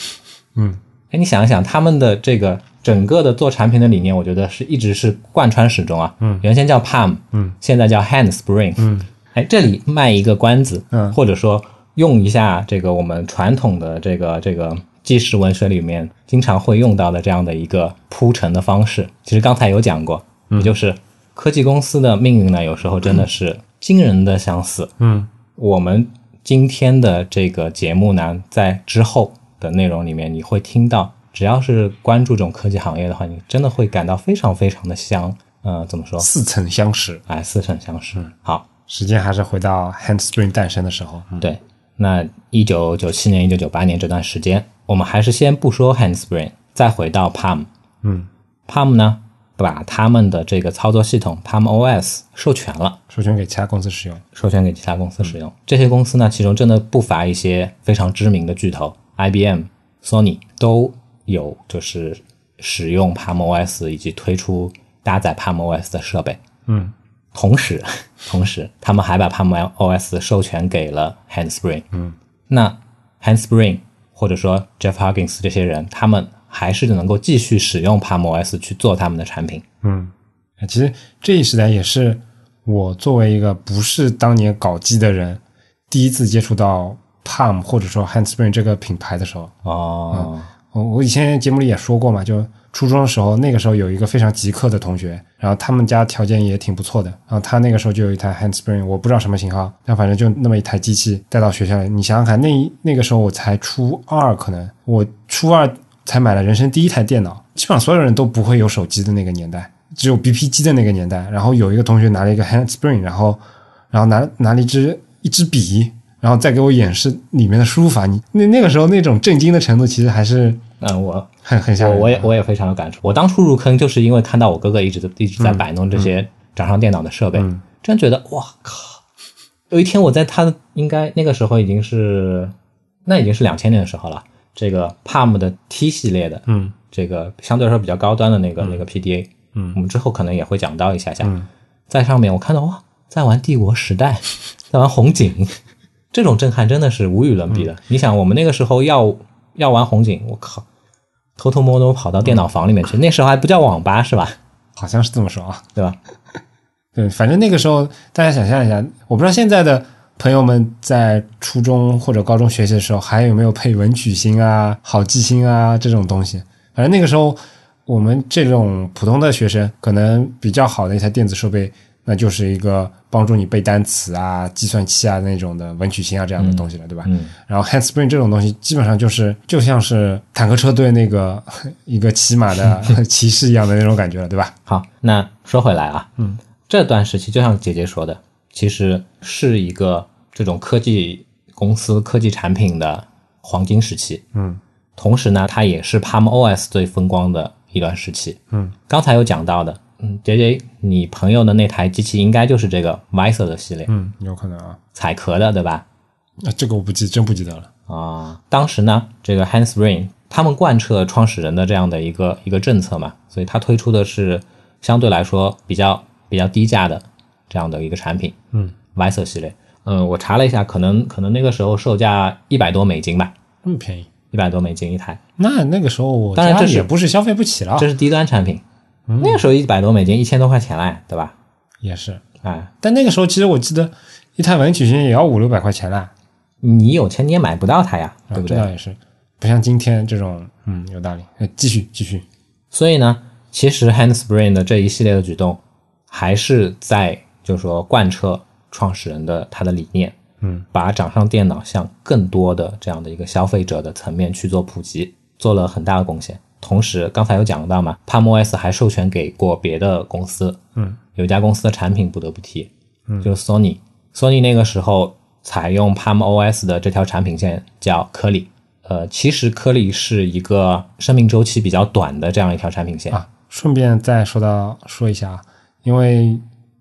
[SPEAKER 2] 嗯
[SPEAKER 1] 哎，你想一想，他们的这个整个的做产品的理念，我觉得是一直是贯穿始终啊。
[SPEAKER 2] 嗯
[SPEAKER 1] 原先叫 Palm，
[SPEAKER 2] 嗯，
[SPEAKER 1] 现在叫 Handspring。
[SPEAKER 2] 嗯，
[SPEAKER 1] 哎，这里卖一个关子，
[SPEAKER 2] 嗯
[SPEAKER 1] 或者说用一下这个我们传统的这个这个纪实文学里面经常会用到的这样的一个铺陈的方式。其实刚才有讲过，
[SPEAKER 2] 嗯
[SPEAKER 1] 也就是科技公司的命运呢，有时候真的是惊人的相似。
[SPEAKER 2] 嗯
[SPEAKER 1] 我们今天的这个节目呢，在之后的内容里面，你会听到，只要是关注这种科技行业的话，你真的会感到非常非常的相，呃，怎么说？
[SPEAKER 2] 似曾相识。
[SPEAKER 1] 哎，似曾相识。好，
[SPEAKER 2] 时间还是回到 Handspring 诞生的时候。嗯
[SPEAKER 1] 对，那一九九七年、一九九八年这段时间，我们还是先不说 Handspring，再回到 Palm。
[SPEAKER 2] 嗯，
[SPEAKER 1] Palm 呢，把他们的这个操作系统 Palm OS 授权了。
[SPEAKER 2] 授权给其他公司使用。
[SPEAKER 1] 授权给其他公
[SPEAKER 2] 嗯
[SPEAKER 1] 司使用。这些公司呢，其中真的不乏一些非常知名的巨头，IBM、Sony 都有就是使用 Palm OS 以及推出搭载 Palm OS 的设备。
[SPEAKER 2] 嗯
[SPEAKER 1] 同时，同时他们还把 Palm OS 授权给了 Handspring。
[SPEAKER 2] 嗯，
[SPEAKER 1] 那 Handspring 或者说 Jeff Huggins 这些人，他们还是能够继续使用 Palm OS 去做他们的产品。
[SPEAKER 2] 嗯，其实这一时代也是我作为一个不是当年搞基的人，第一次接触到 Palm 或者说 Handspring 这个品牌的时候。
[SPEAKER 1] 哦，
[SPEAKER 2] 我我以前节目里也说过嘛，就初中的时候，那个时候有一个非常极客的同学，然后他们家条件也挺不错的，然后他那个时候就有一台 Handspring，我不知道什么型号，但反正就那么一台机器带到学校来。你想想看，那一那个时候我才初二，可能我初二才买了人生第一台电脑，基本上所有人都不会有手机的那个年代，只有 BP 机的那个年代。然后有一个同学拿了一个 Handspring，然后然后拿拿了一支一支笔。然后再给我演示里面的输入法，你那那个时候那种震惊的程度，其实还是
[SPEAKER 1] 嗯，我
[SPEAKER 2] 很很吓
[SPEAKER 1] 我
[SPEAKER 2] 人。啊
[SPEAKER 1] 我也我也非常有感触。我当初入坑就是因为看到我哥哥一直在一直在摆弄这些掌上电脑的设备，
[SPEAKER 2] 嗯
[SPEAKER 1] 真觉得哇靠！有一天我在他的应该那个时候已经是那已经是两千年的时候了，这个 Palm 的 T 系列的，
[SPEAKER 2] 嗯
[SPEAKER 1] 这个相对来说比较高端的那个、那个 PDA，
[SPEAKER 2] 嗯
[SPEAKER 1] 我们之后可能也会讲到一下下。
[SPEAKER 2] 嗯
[SPEAKER 1] 在上面我看到哇，在玩帝国时代， (laughs) 在玩红警，这种震撼真的是无与伦比
[SPEAKER 2] 嗯
[SPEAKER 1] 的。你想，我们那个时候要要玩红警，我靠，偷偷摸摸跑到电脑房里面
[SPEAKER 2] 嗯
[SPEAKER 1] 去，那时候还不叫网吧是吧？ (laughs)
[SPEAKER 2] 好像是这么说啊。
[SPEAKER 1] 对吧？
[SPEAKER 2] 对，反正那个时候大家想象一下，我不知道现在的朋友们在初中或者高中学习的时候，还有没有配文曲星啊、好记星啊这种东西。反正那个时候我们这种普通的学生，可能比较好的一台电子设备，那就是一个帮助你背单词啊、计算器啊那种的文曲星啊这样的东西了，对吧？
[SPEAKER 1] 嗯，
[SPEAKER 2] 然后 handspring 这种东西基本上就是就像是坦克车队那个 (laughs) 一个骑马的 (laughs) 骑士一样的那种感觉了，对吧？
[SPEAKER 1] 好，那说回来啊，
[SPEAKER 2] 嗯，
[SPEAKER 1] 这段时期就像姐姐说的，其实是一个这种科技公司、科技产品的黄金时期。
[SPEAKER 2] 嗯
[SPEAKER 1] 同时呢，它也是 Palm OS 最风光的一段时期。
[SPEAKER 2] 嗯，
[SPEAKER 1] 刚才有讲到的，嗯，J J，你朋友的那台机器应该就是这个 Visor 的系列，
[SPEAKER 2] 嗯，有可能啊，
[SPEAKER 1] 彩壳的，对吧？
[SPEAKER 2] 啊这个我不记，真不记得了。
[SPEAKER 1] 啊、当时呢，这个 Handspring 他们贯彻创始人的这样的一个一个政策嘛，所以它推出的是相对来说比较比较低价的这样的一个产品，
[SPEAKER 2] 嗯
[SPEAKER 1] ，Visor 系列。嗯，我查了一下，可能可能那个时候售价一百多美金吧，
[SPEAKER 2] 那么便宜，
[SPEAKER 1] 一百多美金一台。
[SPEAKER 2] 那那个时候我
[SPEAKER 1] 当然
[SPEAKER 2] 家
[SPEAKER 1] 这是
[SPEAKER 2] 也不是消费不起了啊，嗯
[SPEAKER 1] 这是低端产品。那个时候一百多美金，一千多块钱嘞，对吧？
[SPEAKER 2] 也是。
[SPEAKER 1] 哎，
[SPEAKER 2] 但那个时候其实我记得一台文曲星也要五六百块钱啦，
[SPEAKER 1] 你有钱你也买不到它呀，对
[SPEAKER 2] 啊
[SPEAKER 1] 不
[SPEAKER 2] 这
[SPEAKER 1] 对？
[SPEAKER 2] 倒也是，不像今天这种，嗯，有道理。哎，继续继续，
[SPEAKER 1] 所以呢，其实 Handspring 的这一系列的举动，还是在就是说贯彻创始人的他的理念，
[SPEAKER 2] 嗯，
[SPEAKER 1] 把掌上电脑向更多的这样的一个消费者的层面去做普及，做了很大的贡献。同时，刚才有讲到嘛，Palm OS 还授权给过别的公司，
[SPEAKER 2] 嗯，
[SPEAKER 1] 有一家公司的产品不得不提，嗯，就是 Sony。Sony 那个时候采用 Palm OS 的这条产品线叫颗粒，呃，其实颗粒是一个生命周期比较短的这样一条产品线，
[SPEAKER 2] 啊，顺便再说到说一下啊，因为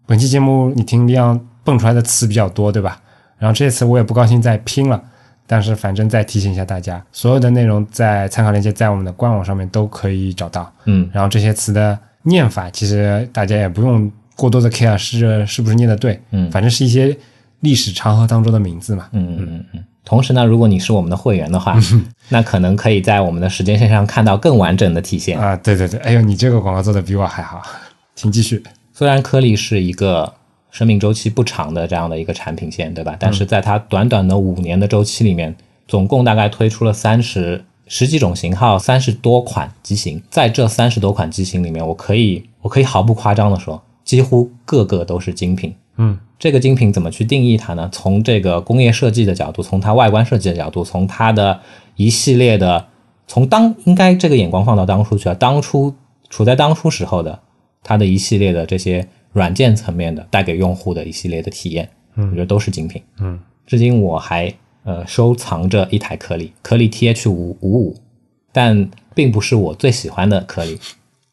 [SPEAKER 2] 本期节目你听量蹦出来的词比较多，对吧？然后这些词我也不高兴再拼了，但是反正再提醒一下大家，所有的内容在参考链接在我们的官网上面都可以找到。
[SPEAKER 1] 嗯，
[SPEAKER 2] 然后这些词的念法，其实大家也不用过多的 care 是是不是念的对，
[SPEAKER 1] 嗯
[SPEAKER 2] 反正是一些历史长河当中的名字嘛。
[SPEAKER 1] 嗯嗯嗯嗯。同时呢，如果你是我们的会员的话，那可能可以在我们的时间线上看到更完整的体现。
[SPEAKER 2] 啊， (laughs) 对对对，哎呦，你这个广告做的比我还好，请继续。
[SPEAKER 1] 虽然颗粒是一个生命周期不长的这样的一个产品线，对吧？但是在它短短的五年的周期里面，总共大概推出了三十十几种型号，三十多款机型。在这三十多款机型里面，我可以我可以毫不夸张的说，几乎个个都是精品。
[SPEAKER 2] 嗯
[SPEAKER 1] 这个精品怎么去定义它呢？从这个工业设计的角度，从它外观设计的角度，从它的一系列的，从当应该这个眼光放到当初去啊，当初处在当初时候的它的一系列的这些软件层面的带给用户的一系列的体验，我觉得都是精品。
[SPEAKER 2] 嗯，
[SPEAKER 1] 至今我还呃收藏着一台颗粒，颗粒 TH 五五五，但并不是我最喜欢的颗粒，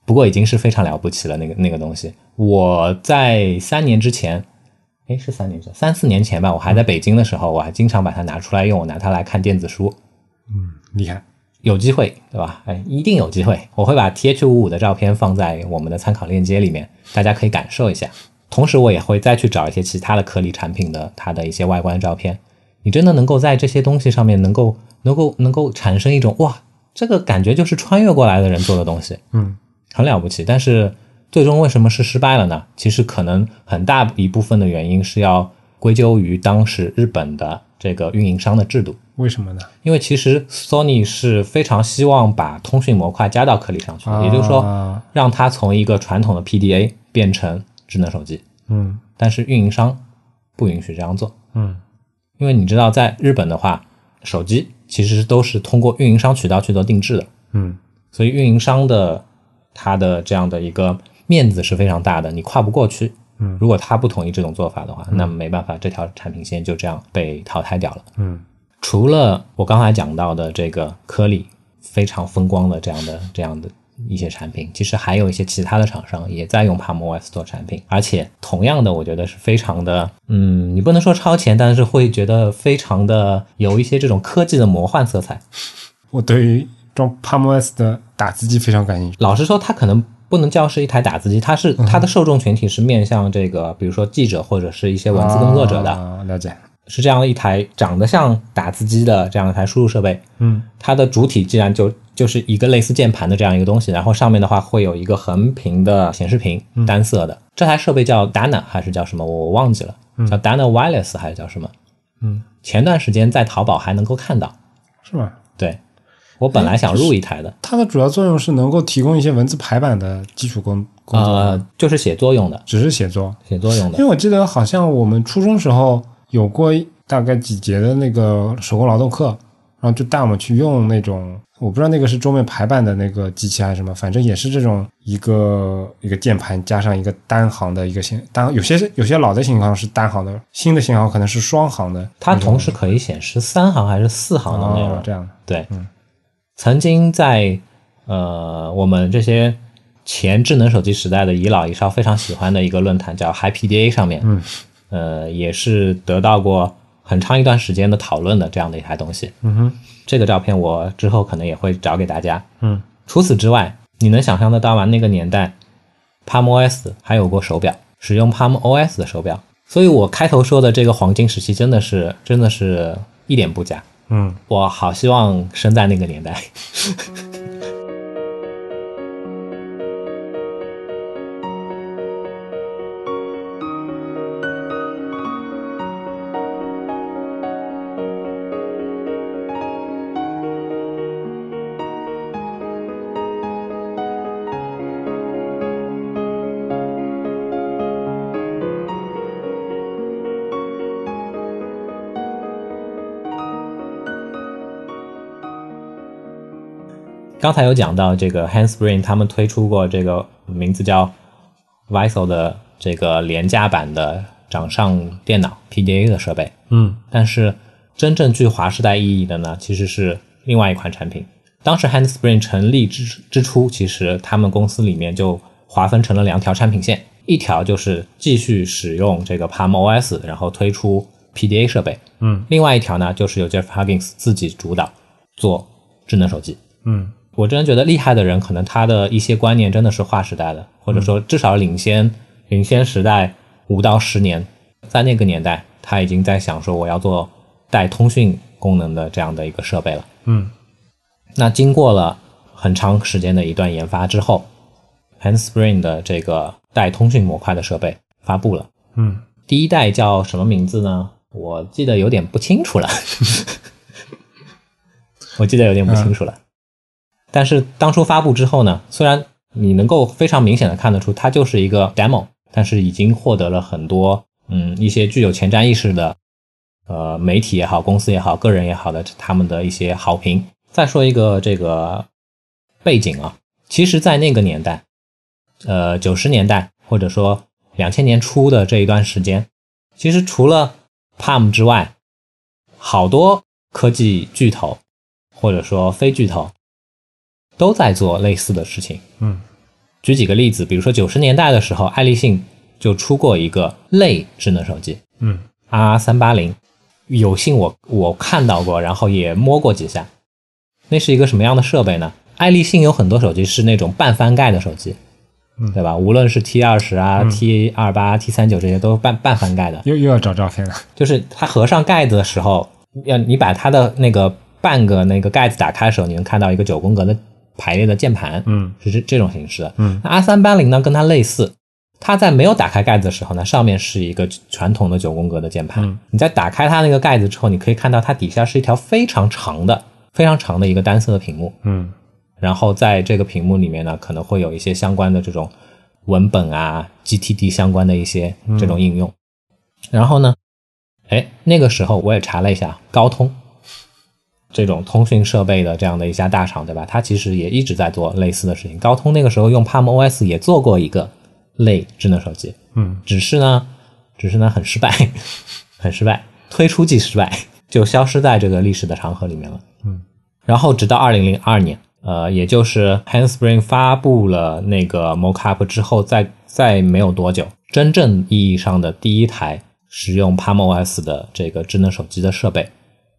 [SPEAKER 1] 不过已经是非常了不起了那个那个东西。我在三年之前，诶，是三年之前，三四年前吧，我还在北京的时候，我还经常把它拿出来用，我拿它来看电子书。
[SPEAKER 2] 厉害，
[SPEAKER 1] 有机会，对吧？哎，一定有机会。我会把 TH 五五的照片放在我们的参考链接里面，大家可以感受一下。同时，我也会再去找一些其他的颗粒产品的它的一些外观照片。你真的能够在这些东西上面能够能够能够产生一种哇，这个感觉就是穿越过来的人做的东西，
[SPEAKER 2] 嗯，
[SPEAKER 1] 很了不起。但是最终为什么是失败了呢？其实可能很大一部分的原因是要归咎于当时日本的这个运营商的制度。
[SPEAKER 2] 为什么呢？
[SPEAKER 1] 因为其实 Sony 是非常希望把通讯模块加到颗粒上去的，
[SPEAKER 2] 啊
[SPEAKER 1] 也就是说，让它从一个传统的 PDA 变成智能手机。
[SPEAKER 2] 嗯
[SPEAKER 1] 但是运营商不允许这样做，
[SPEAKER 2] 嗯
[SPEAKER 1] 因为你知道，在日本的话，手机其实都是通过运营商渠道去做定制的，
[SPEAKER 2] 嗯
[SPEAKER 1] 所以运营商的他的这样的一个面子是非常大的，你跨不过去。
[SPEAKER 2] 嗯
[SPEAKER 1] 如果他不同意这种做法的话，那没办法，这条产品线就这样被淘汰掉了。
[SPEAKER 2] 嗯
[SPEAKER 1] 除了我刚才讲到的这个颗粒非常风光的这样的这样的一些产品，其实还有一些其他的厂商也在用 PalmOS 做产品，而且同样的，我觉得是非常的，嗯，你不能说超前，但是会觉得非常的有一些这种科技的魔幻色彩。
[SPEAKER 2] 我对于装 PalmOS 的打字机非常感兴趣。
[SPEAKER 1] 老实说，它可能不能叫是一台打字机，它
[SPEAKER 2] 嗯
[SPEAKER 1] 是它的受众群体是面向这个，比如说记者或者是一些文字工作者的，
[SPEAKER 2] 啊、了解，
[SPEAKER 1] 是这样一台长得像打字机的这样一台输入设备，
[SPEAKER 2] 嗯
[SPEAKER 1] 它的主体既然就就是一个类似键盘的这样一个东西，然后上面的话会有一个横屏的显示屏，
[SPEAKER 2] 嗯
[SPEAKER 1] 单色的。这台设备叫 Dana 还是叫什么？我我忘记了，叫 Dana Wireless 还是叫什么？
[SPEAKER 2] 嗯，
[SPEAKER 1] 前段时间在淘宝还能够看到。
[SPEAKER 2] 是吗？
[SPEAKER 1] 对，我本
[SPEAKER 2] 哎
[SPEAKER 1] 来想入一台的，
[SPEAKER 2] 它的主要作用是能够提供一些文字排版的基础工工作，
[SPEAKER 1] 呃，就是写作用的，
[SPEAKER 2] 只是写作。
[SPEAKER 1] 写作用
[SPEAKER 2] 因
[SPEAKER 1] 的
[SPEAKER 2] 为。我记得好像我们初中时候有过大概几节的那个手工劳动课，然后就带我们去用那种，我不知道那个是桌面排版的那个机器还是什么，反正也是这种一个一个键盘加上一个单行的一个型单，有些是有些老的型号是单行的，新的型号可能是双行的，
[SPEAKER 1] 它同时可以显示三行还是四行的内容，
[SPEAKER 2] 哦这样，
[SPEAKER 1] 对，曾经在呃我们这些前智能手机时代的遗老遗少非常喜欢的一个论坛叫 HiPDA 上面，
[SPEAKER 2] 嗯，
[SPEAKER 1] 呃也是得到过很长一段时间的讨论的这样的一台东西。
[SPEAKER 2] 嗯哼，
[SPEAKER 1] 这个照片我之后可能也会找给大家。
[SPEAKER 2] 嗯
[SPEAKER 1] 除此之外，你能想象得到吗？那个年代，PalmOS 还有过手表，使用 PalmOS 的手表。所以我开头说的这个黄金时期，真的是真的是一点不假。
[SPEAKER 2] 嗯，
[SPEAKER 1] 我好希望生在那个年代。刚才有讲到这个 Handspring，他们推出过这个名字叫 Visor 的这个廉价版的掌上电脑 PDA 的设备，
[SPEAKER 2] 嗯
[SPEAKER 1] 但是真正具划时代意义的呢，其实是另外一款产品。当时 Handspring 成立之之初，其实他们公司里面就划分成了两条产品线，一条就是继续使用这个 Palm OS，然后推出 PDA 设备，
[SPEAKER 2] 嗯
[SPEAKER 1] 另外一条呢，就是由 Jeff Huggins 自己主导做智能手机。
[SPEAKER 2] 嗯
[SPEAKER 1] 我真的觉得厉害的人，可能他的一些观念真的是划时代的，或者说至少领先领先时代五到十年，在那个年代，他已经在想说我要做带通讯功能的这样的一个设备了。
[SPEAKER 2] 嗯
[SPEAKER 1] 那经过了很长时间的一段研发之后，Handspring 的这个带通讯模块的设备发布了。
[SPEAKER 2] 嗯
[SPEAKER 1] 第一代叫什么名字呢？我记得有点不清楚了， (laughs) 我记得有点不清楚了。但是当初发布之后呢，虽然你能够非常明显的看得出它就是一个 demo，但是已经获得了很多嗯一些具有前瞻意识的呃媒体也好、公司也好、个人也好的他们的一些好评。再说一个这个背景啊，其实，在那个年代，呃，九十年代或者说两千年初的这一段时间，其实除了 Palm 之外，好多科技巨头或者说非巨头都在做类似的事情。
[SPEAKER 2] 嗯，
[SPEAKER 1] 举几个例子，比如说九十年代的时候，爱立信就出过一个类智能手机
[SPEAKER 2] 嗯
[SPEAKER 1] R 三八零，有幸我我看到过，然后也摸过几下。那是一个什么样的设备呢？爱立信有很多手机是那种半翻盖的手机，
[SPEAKER 2] 嗯
[SPEAKER 1] 对吧？无论是 T 二十啊、T 二八、T 三九这些都是半半翻盖的。
[SPEAKER 2] 又又要找照片了。
[SPEAKER 1] 就是它合上盖子的时候，要你把它的那个半个那个盖子打开的时候，你能看到一个九宫格的排列的键盘，
[SPEAKER 2] 嗯
[SPEAKER 1] 是这这种形式的。
[SPEAKER 2] 嗯
[SPEAKER 1] 那 R 三八零呢，跟它类似，它在没有打开盖子的时候呢，上面是一个传统的九宫格的键盘。
[SPEAKER 2] 嗯
[SPEAKER 1] 你在打开它那个盖子之后，你可以看到它底下是一条非常长的、非常长的一个单色的屏幕。
[SPEAKER 2] 嗯
[SPEAKER 1] 然后在这个屏幕里面呢，可能会有一些相关的这种文本啊、GTD 相关的一些这种应用。然后呢，哎，那个时候我也查了一下，高通这种通讯设备的这样的一家大厂，对吧？它其实也一直在做类似的事情。高通那个时候用 Palm OS 也做过一个类智能手机，
[SPEAKER 2] 嗯
[SPEAKER 1] 只是呢，只是呢很失败， (laughs) 很失败，推出即失败，就消失在这个历史的长河里面了。
[SPEAKER 2] 嗯，
[SPEAKER 1] 然后直到二零零二年，呃，也就是 Handspring 发布了那个 Mockup 之后，再再没有多久，真正意义上的第一台使用 PalmOS 的这个智能手机的设备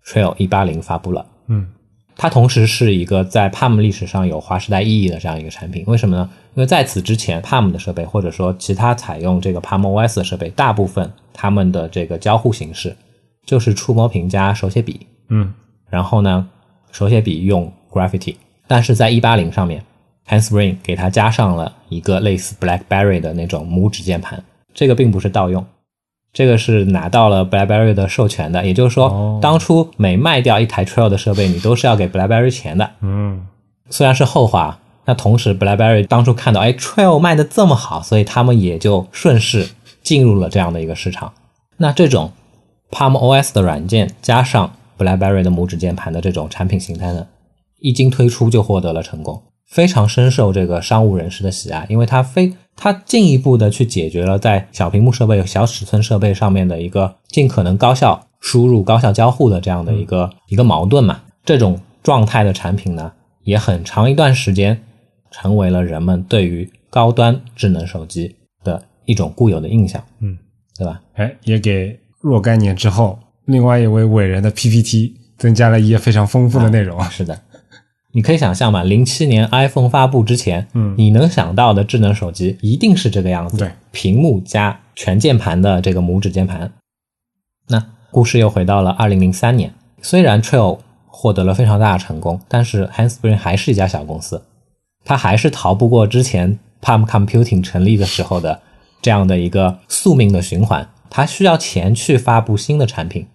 [SPEAKER 1] Trail 一八零发布了。
[SPEAKER 2] 嗯
[SPEAKER 1] 它同时是一个在 Palm 历史上有划时代意义的这样一个产品。为什么呢？因为在此之前，Palm 的设备或者说其他采用这个 Palm OS 的设备，大部分它们的这个交互形式就是触摸屏加手写笔，
[SPEAKER 2] 嗯
[SPEAKER 1] 然后呢，手写笔用 Graffiti，但是在180上面，Handspring 给它加上了一个类似 BlackBerry 的那种拇指键盘，这个并不是盗用，这个是拿到了 BlackBerry 的授权的，也就是说，
[SPEAKER 2] 哦
[SPEAKER 1] 当初每卖掉一台 Trail 的设备，你都是要给 BlackBerry 钱的，
[SPEAKER 2] 嗯
[SPEAKER 1] 虽然是后话。那同时，BlackBerry 当初看到，哎，Trail 卖的这么好，所以他们也就顺势进入了这样的一个市场。那这种 Palm OS 的软件加上 BlackBerry 的拇指键盘的这种产品形态呢，一经推出就获得了成功，非常深受这个商务人士的喜爱，因为它非它进一步的去解决了在小屏幕设备、小尺寸设备上面的一个尽可能高效输入、高效交互的这样的一个、一个矛盾嘛。这种状态的产品呢，也很长一段时间成为了人们对于高端智能手机的一种固有的印象，
[SPEAKER 2] 嗯，
[SPEAKER 1] 对吧？
[SPEAKER 2] 哎，也给若干年之后另外一位伟人的 PPT 增加了一页非常丰富的内容。
[SPEAKER 1] 是的，你可以想象嘛，零七年 iPhone 发布之前，
[SPEAKER 2] 嗯
[SPEAKER 1] 你能想到的智能手机一定是这个样子，
[SPEAKER 2] 对，
[SPEAKER 1] 屏幕加全键盘的这个拇指键盘。那故事又回到了二零零三年，虽然 Trail 获得了非常大的成功，但是 Handspring 还是一家小公司，它还是逃不过之前 Palm Computing 成立的时候的这样的一个宿命的循环。它需要钱去发布新的产品，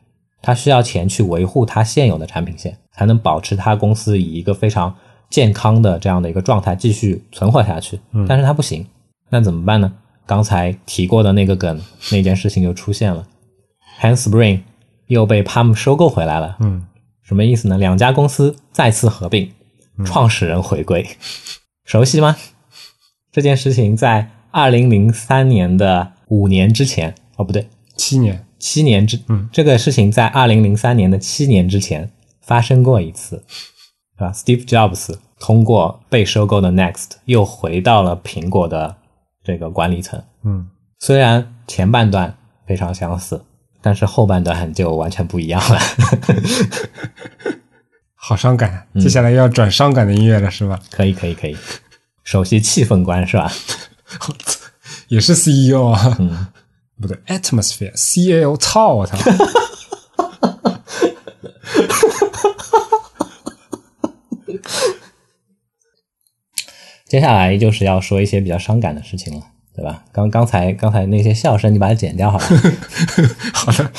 [SPEAKER 1] 它需要钱去维护它现有的产品线，才能保持它公司以一个非常健康的这样的一个状态继续存活下去。但是它不行，那怎么办呢？刚才提过的那个梗，那件事情就出现了。Handspring 又被 Palm 收购回来了，
[SPEAKER 2] 嗯
[SPEAKER 1] 什么意思呢？两家公司再次合并，创始人回归，熟悉吗？这件事情在二零零三年的五年之前，哦不对，
[SPEAKER 2] 七年。
[SPEAKER 1] 七年之，
[SPEAKER 2] 嗯
[SPEAKER 1] 这个事情在二零零三年的七年之前发生过一次，对吧？Steve Jobs 通过被收购的 Next 又回到了苹果的这个管理层，
[SPEAKER 2] 嗯
[SPEAKER 1] 虽然前半段非常相似，但是后半段就完全不一样了。 (laughs)
[SPEAKER 2] 好伤感，啊
[SPEAKER 1] 嗯
[SPEAKER 2] 接下来要转伤感的音乐了，是吧？
[SPEAKER 1] 可以，可以，可以，首席气氛官是吧？
[SPEAKER 2] 也是 CEO 啊，
[SPEAKER 1] 嗯
[SPEAKER 2] (laughs) 不对，Atmosphere C A O，操啊我操！ (laughs)
[SPEAKER 1] 接下来就是要说一些比较伤感的事情了。对吧？刚刚才刚才那些笑声，你把它剪掉好了。
[SPEAKER 2] 好的，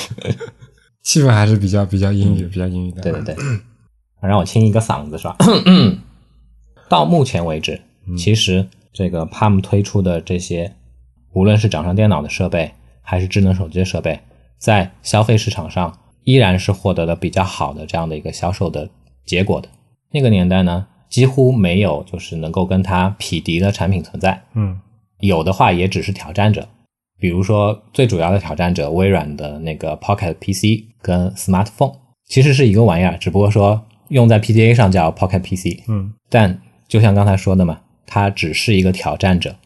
[SPEAKER 2] 气氛还是比较比较英语，比较英语的。
[SPEAKER 1] 嗯对对对， (clears throat) 让我清一个嗓子是吧？ (clears throat) 到目前为止，其实这个 Palm 推出的这些，无论是掌上电脑的设备，还是智能手机的设备，在消费市场上依然是获得了比较好的这样的一个销售的结果的。那个年代呢，几乎没有就是能够跟它匹敌的产品存在。
[SPEAKER 2] 嗯
[SPEAKER 1] 有的话也只是挑战者，比如说最主要的挑战者，微软的那个 Pocket PC 跟 Smartphone 其实是一个玩意儿，只不过说用在 PDA 上叫 Pocket PC，
[SPEAKER 2] 嗯
[SPEAKER 1] 但就像刚才说的嘛，它只是一个挑战者，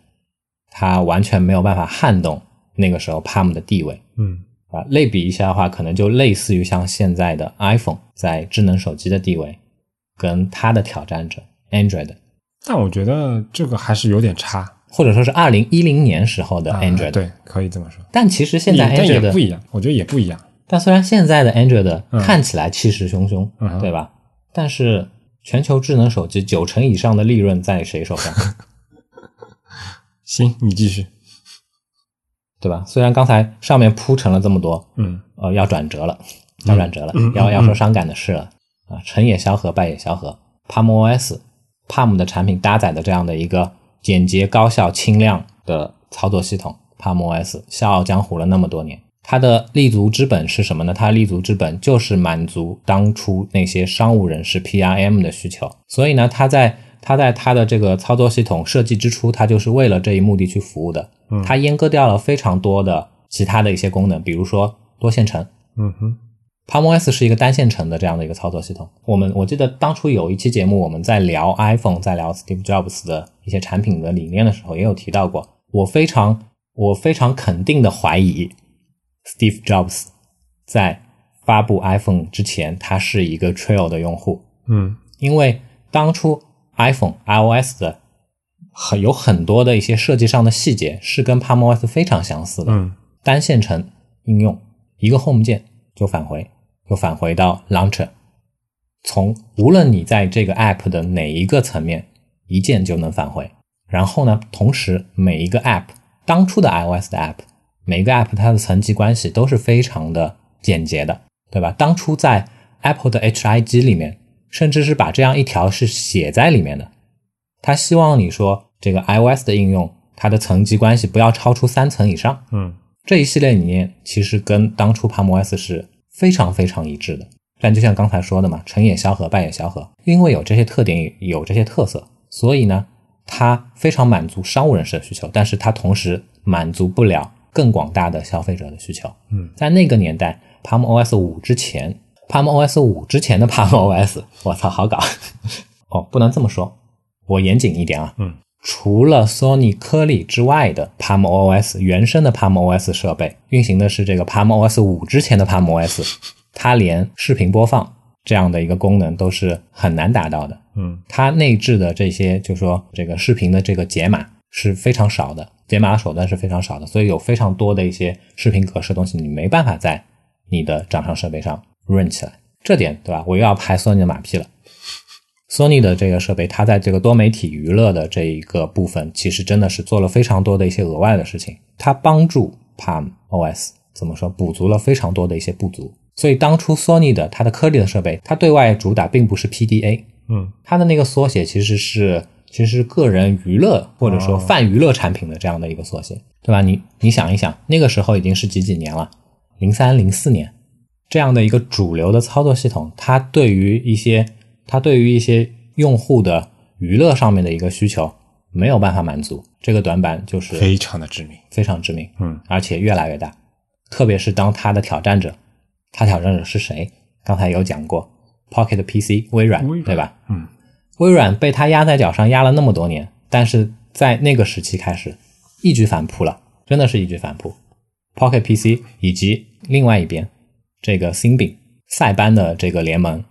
[SPEAKER 1] 它完全没有办法撼动那个时候 Palm 的地位
[SPEAKER 2] 嗯
[SPEAKER 1] 啊。类比一下的话，可能就类似于像现在的 iPhone 在智能手机的地位，跟它的挑战者 Android，
[SPEAKER 2] 但我觉得这个还是有点差。
[SPEAKER 1] 或者说是二零一零年时候的
[SPEAKER 2] 啊
[SPEAKER 1] 啊 Android，、。
[SPEAKER 2] 对，可以这么说。
[SPEAKER 1] 但其实现在
[SPEAKER 2] 也但
[SPEAKER 1] Android
[SPEAKER 2] 也
[SPEAKER 1] 的
[SPEAKER 2] 不一样，我觉得也不一样。
[SPEAKER 1] 但虽然现在的 Android 看起来气势汹汹，
[SPEAKER 2] 嗯哼
[SPEAKER 1] 对吧？但是全球智能手机九成以上的利润在谁手上， (laughs)
[SPEAKER 2] 行，你继续。
[SPEAKER 1] 对吧？虽然刚才上面铺陈了这么多，
[SPEAKER 2] 嗯
[SPEAKER 1] 呃，要转折了，要转折了，
[SPEAKER 2] 嗯嗯
[SPEAKER 1] 要
[SPEAKER 2] 嗯
[SPEAKER 1] 要说伤感的事了啊！成也萧何，败也萧何。Palm OS Palm 的产品搭载的这样的一个简洁、高效、轻量的操作系统，Palm OS 笑傲江湖了那么多年。它的立足之本是什么呢？它的立足之本就是满足当初那些商务人士 PRM 的需求。所以呢，它在它在它的这个操作系统设计之初，它就是为了这一目的去服务的。它阉割掉了非常多的其他的一些功能，比如说多线程。
[SPEAKER 2] 嗯哼，
[SPEAKER 1] PalmOS 是一个单线程的这样的一个操作系统。我们我记得当初有一期节目，我们在聊 iPhone，在聊 Steve Jobs 的一些产品的理念的时候，也有提到过。我非常我非常肯定的怀疑，Steve Jobs 在发布 iPhone 之前，他是一个 Trail 的用户。
[SPEAKER 2] 嗯
[SPEAKER 1] 因为当初 iPhone iOS 的很有很多的一些设计上的细节是跟 PalmOS 非常相似的，
[SPEAKER 2] 嗯
[SPEAKER 1] 单线程应用，一个 Home 键就返回，就返回到 Launcher，从无论你在这个 App 的哪一个层面，一键就能返回。然后呢，同时每一个 App，当初的 iOS 的 App，每一个 App 它的层级关系都是非常的简洁的，对吧？当初在 Apple 的 HIG 里面，甚至是把这样一条是写在里面的。它希望你说这个 iOS 的应用，它的层级关系不要超出三层以上。
[SPEAKER 2] 嗯
[SPEAKER 1] 这一系列理念其实跟当初 PalmOS 是非常非常一致的。但就像刚才说的嘛，成也萧何，败也萧何。因为有这些特点，有这些特色，所以呢，它非常满足商务人士的需求，但是它同时满足不了更广大的消费者的需求。
[SPEAKER 2] 嗯，
[SPEAKER 1] 在那个年代，PalmOS 五之前，PalmOS 五之前的 PalmOS，我操，好搞 (laughs) 哦！不能这么说，我严谨一点啊。
[SPEAKER 2] 嗯，
[SPEAKER 1] 除了 Sony 颗粒之外的 Palm OS 原生的 Palm OS 设备，运行的是这个 Palm OS 五之前的 Palm OS，它连视频播放这样的一个功能都是很难达到的。
[SPEAKER 2] 嗯
[SPEAKER 1] 它内置的这些，就说这个视频的这个解码是非常少的，解码手段是非常少的，所以有非常多的一些视频格式的东西，你没办法在你的掌上设备上润起来。这点对吧？我又要拍索尼的马屁了。索尼的这个设备，它在这个多媒体娱乐的这一个部分，其实真的是做了非常多的一些额外的事情，它帮助 Palm OS 怎么说补足了非常多的一些不足。所以当初索尼的它的颗粒的设备，它对外主打并不是 PDA，
[SPEAKER 2] 嗯
[SPEAKER 1] 它的那个缩写其实是其实是个人娱乐或者说
[SPEAKER 2] 哦
[SPEAKER 1] 泛娱乐产品的这样的一个缩写，对吧？你你想一想，那个时候已经是几几年了，零三零四年这样的一个主流的操作系统，它对于一些它对于一些用户的娱乐上面的一个需求没有办法满足，这个短板就是
[SPEAKER 2] 非常的致命。
[SPEAKER 1] 非常致命，
[SPEAKER 2] 嗯，
[SPEAKER 1] 而且越来越大。特别是当它的挑战者，它挑战者是谁？刚才有讲过，Pocket PC 微软，
[SPEAKER 2] 微软
[SPEAKER 1] 对吧？
[SPEAKER 2] 嗯，
[SPEAKER 1] 微软被它压在脚上压了那么多年，但是在那个时期开始，一举反扑了，真的是一举反扑。Pocket PC 以及另外一边这个 s i m b i 塞班的这个联盟，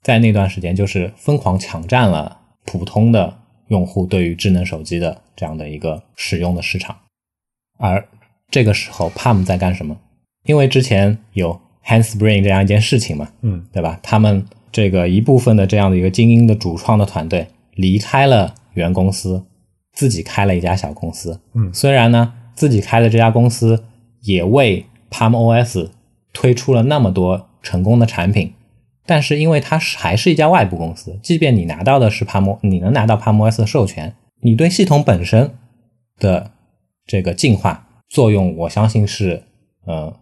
[SPEAKER 1] 在那段时间就是疯狂抢占了普通的用户对于智能手机的这样的一个使用的市场。而这个时候，Palm 在干什么？因为之前有 Handspring 这样一件事情嘛，
[SPEAKER 2] 嗯
[SPEAKER 1] 对吧？他们这个一部分的这样的一个精英的主创的团队离开了原公司，自己开了一家小公司。
[SPEAKER 2] 嗯
[SPEAKER 1] 虽然呢，自己开的这家公司也为 Palm OS 推出了那么多成功的产品，但是因为它是还是一家外部公司，即便你拿到的是 Palm，你能拿到 Palm OS 的授权，你对系统本身的这个进化作用，我相信是，呃，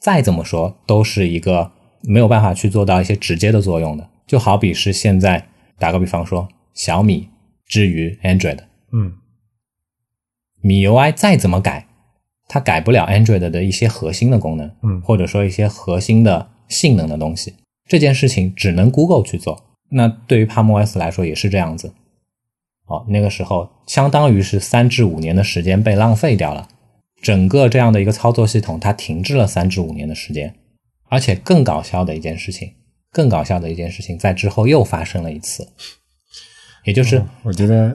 [SPEAKER 1] 再怎么说都是一个没有办法去做到一些直接的作用的。就好比是现在打个比方说，小米之于 Android，
[SPEAKER 2] 嗯
[SPEAKER 1] 米 UI 再怎么改，它改不了 Android 的一些核心的功能，
[SPEAKER 2] 嗯
[SPEAKER 1] 或者说一些核心的性能的东西。这件事情只能 Google 去做。那对于 PalmOS 来说也是这样子。哦，那个时候相当于是三至五年的时间被浪费掉了，整个这样的一个操作系统它停滞了三至五年的时间。而且更搞笑的一件事情，更搞笑的一件事情在之后又发生了一次，也就是、
[SPEAKER 2] 我觉得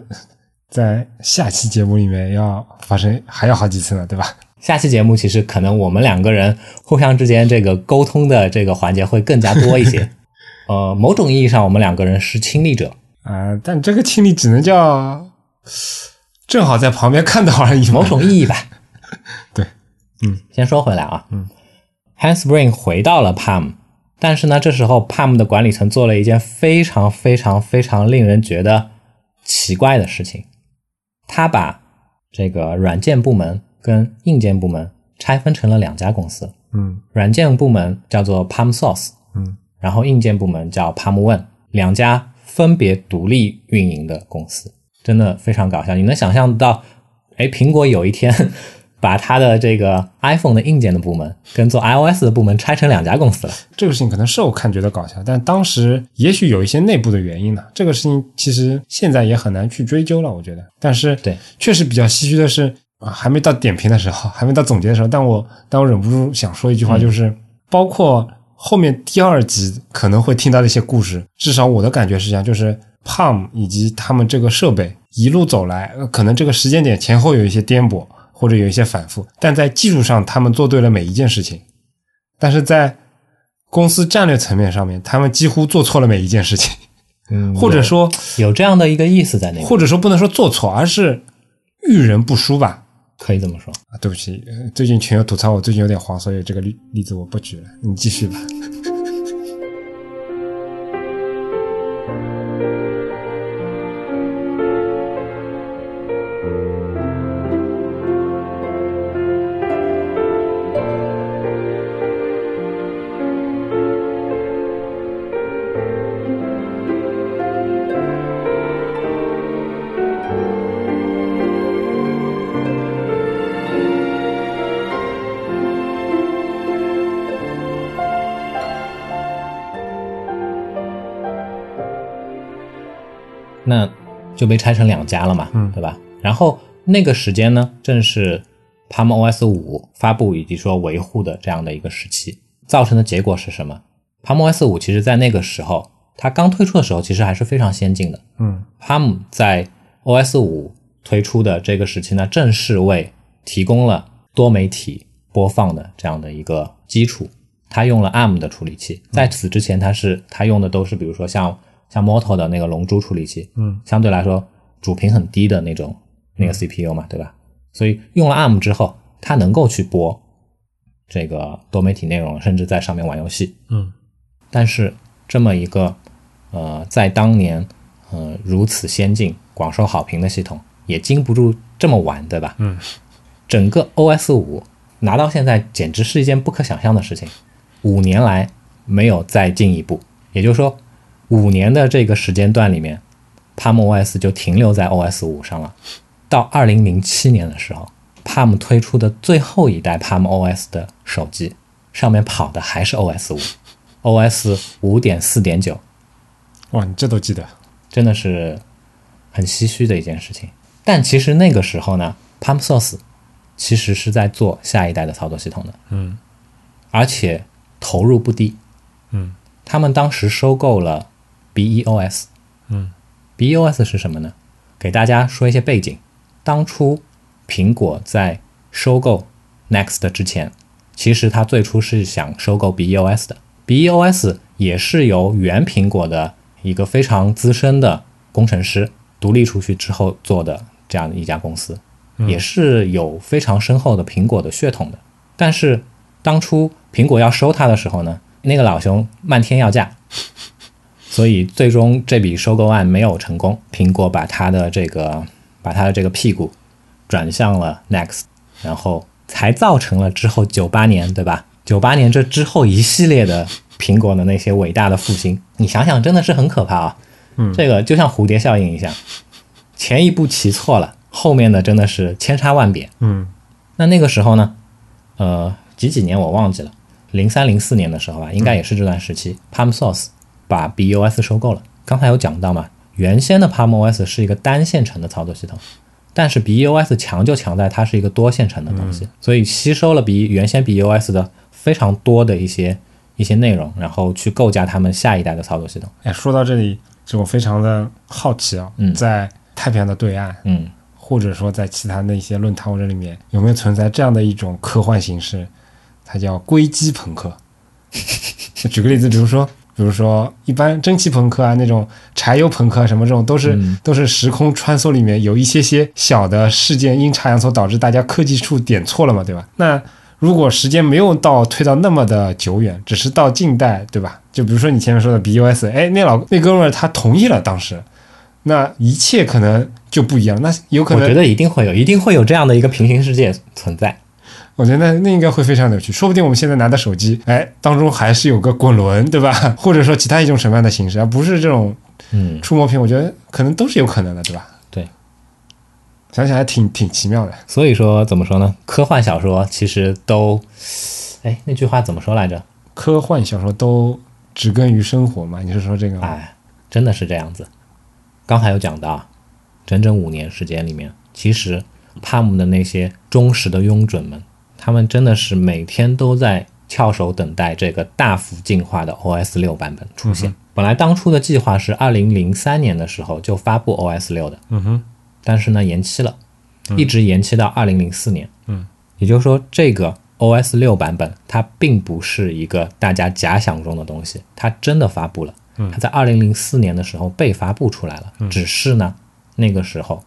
[SPEAKER 2] 在下期节目里面要发生还有好几次呢，对吧？
[SPEAKER 1] 下期节目其实可能我们两个人互相之间这个沟通的这个环节会更加多一
[SPEAKER 2] (laughs)
[SPEAKER 1] 些。呃，某种意义上，我们两个人是亲历者。
[SPEAKER 2] 啊、但这个清理只能叫正好在旁边看到而已嘛。
[SPEAKER 1] 某种意义吧。
[SPEAKER 2] 对，嗯，
[SPEAKER 1] 先说回来啊，
[SPEAKER 2] 嗯
[SPEAKER 1] ，Handspring 回到了 Palm，但是呢，这时候 Palm 的管理层做了一件非常非常非常令人觉得奇怪的事情，他把这个软件部门跟硬件部门拆分成了两家公司，
[SPEAKER 2] 嗯
[SPEAKER 1] 软件部门叫做 Palm Source，
[SPEAKER 2] 嗯
[SPEAKER 1] 然后硬件部门叫 Palm One，两家分别独立运营的公司，真的非常搞笑。你能想象到，哎，苹果有一天 (laughs) 把它的这个 iPhone 的硬件的部门跟做 iOS 的部门拆成两家公司了？
[SPEAKER 2] 这个事情可能事后看觉得搞笑，但当时也许有一些内部的原因呢。这个事情其实现在也很难去追究了，我觉得。但是
[SPEAKER 1] 对，
[SPEAKER 2] 确实比较唏嘘的是啊，还没到点评的时候，还没到总结的时候，但我但我忍不住想说一句话，就是、包括后面第二集可能会听到的一些故事，至少我的感觉是这样，就是 Palm 以及他们这个设备一路走来，呃可能这个时间点前后有一些颠簸或者有一些反复，但在技术上他们做对了每一件事情。但是在公司战略层面上面，他们几乎做错了每一件事情，
[SPEAKER 1] 嗯
[SPEAKER 2] 或者说
[SPEAKER 1] 有这样的一个意思在那边，
[SPEAKER 2] 或者说不能说做错，而是遇人不淑吧。
[SPEAKER 1] 可以这么说。
[SPEAKER 2] 啊，对不起，呃最近群友吐槽我最近有点黄，所以这个例例子我不举了，你继续吧。
[SPEAKER 1] 嗯那就被拆成两家了嘛，
[SPEAKER 2] 嗯
[SPEAKER 1] 对吧？然后那个时间呢，正是 Palm OS 五发布以及说维护的这样的一个时期，造成的结果是什么？Palm OS 五其实在那个时候，它刚推出的时候，其实还是非常先进的。
[SPEAKER 2] 嗯
[SPEAKER 1] Palm 在 OS 五推出的这个时期呢，正式为提供了多媒体播放的这样的一个基础。它用了 ARM 的处理器，在此之前，它是它用的都是比如说像像 Moto 的那个龙珠处理器，
[SPEAKER 2] 嗯
[SPEAKER 1] 相对来说主频很低的那种那个 CPU 嘛，对吧？所以用了 ARM 之后，它能够去播这个多媒体内容，甚至在上面玩游戏。
[SPEAKER 2] 嗯
[SPEAKER 1] 但是这么一个呃，在当年呃如此先进、广受好评的系统，也经不住这么玩，对吧？
[SPEAKER 2] 嗯，
[SPEAKER 1] 整个 OS 五拿到现在，简直是一件不可想象的事情。五年来没有再进一步，也就是说，五年的这个时间段里面，Palm OS 就停留在 OS 五上了。到二零零七年的时候，Palm 推出的最后一代 Palm OS 的手机，上面跑的还是 OS 五。OS 五点四点九，
[SPEAKER 2] 哇，你这都记得？
[SPEAKER 1] 真的是很唏嘘的一件事情。但其实那个时候呢，Palm Source 其实是在做下一代的操作系统的，
[SPEAKER 2] 嗯
[SPEAKER 1] 而且投入不低。
[SPEAKER 2] 嗯
[SPEAKER 1] 他们当时收购了 E BEOS。
[SPEAKER 2] 嗯
[SPEAKER 1] BEOS 是什么呢？给大家说一些背景。当初苹果在收购 Next 之前，其实它最初是想收购 BEOS 的。BEOS 也是由原苹果的一个非常资深的工程师独立出去之后做的这样的一家公司，也是有非常深厚的苹果的血统的。但是当初苹果要收它的时候呢，那个老兄漫天要价，所以最终这笔收购案没有成功。苹果把它的这个把它的这个屁股转向了 Next，然后才造成了之后九八年，对吧？九八年这之后一系列的苹果的那些伟大的复兴，你想想真的是很可怕啊！嗯，这个就像蝴蝶效应一样，前一步棋错了，后面的真的是千差万别。
[SPEAKER 2] 嗯
[SPEAKER 1] 那那个时候呢，呃，几几年我忘记了，零三零四年的时候吧，应该也是这段时期、p a l m Source 把 BUS 收购了。刚才有讲到嘛，原先的 PalmOS 是一个单线程的操作系统，但是 BUS 强就强在它是一个多线程的东西，
[SPEAKER 2] 嗯
[SPEAKER 1] 所以吸收了比原先 BUS 的非常多的一些一些内容，然后去构架他们下一代的操作系统。
[SPEAKER 2] 哎，说到这里，就我非常的好奇啊，
[SPEAKER 1] 嗯
[SPEAKER 2] 在太平洋的对岸，
[SPEAKER 1] 嗯，
[SPEAKER 2] 或者说在其他的一些论坛或者里面，有没有存在这样的一种科幻形式？它叫硅基朋克。 (laughs) 举个例子，比如说，比如说，一般蒸汽朋克啊，那种柴油朋克啊，什么这种，都是、
[SPEAKER 1] 嗯
[SPEAKER 2] 都是时空穿梭里面有一些些小的事件阴差阳错导致大家科技处点错了嘛，对吧？那如果时间没有到推到那么的久远，只是到近代，对吧？就比如说你前面说的 BUS，哎，那老那哥们儿他同意了，当时，那一切可能就不一样。那有可
[SPEAKER 1] 我
[SPEAKER 2] 能
[SPEAKER 1] 觉得一定会有，一定会有这样的一个平行世界存在。
[SPEAKER 2] 我觉得那那应该会非常有趣，说不定我们现在拿的手机，哎，当中还是有个滚轮，对吧？ (laughs) 或者说其他一种什么样的形式，而不是这种
[SPEAKER 1] 嗯，
[SPEAKER 2] 触摸屏，我觉得可能都是有可能的，对吧？
[SPEAKER 1] 对。
[SPEAKER 2] 想想还挺挺奇妙的。
[SPEAKER 1] 所以说怎么说呢？科幻呃小说其实都，哎，那句话怎么说来着？
[SPEAKER 2] 科幻小说都植根于生活嘛？你是说这个吗？
[SPEAKER 1] 哎，真的是这样子。刚才有讲到啊，整整五年时间里面，其实帕姆的那些忠实的拥趸们，他们真的是每天都在翘首等待这个大幅进化的 OS 六版本出
[SPEAKER 2] 嗯
[SPEAKER 1] 现。本来当初的计划是二零零三年的时候就发布 OS 六的，
[SPEAKER 2] 嗯哼，
[SPEAKER 1] 但是呢延期了，一直延期到二零零四年。
[SPEAKER 2] 嗯，
[SPEAKER 1] 也就是说，这个 OS 六版本它并不是一个大家假想中的东西，它真的发布了。它在二零零四年的时候被发布出来了，只是呢，那个时候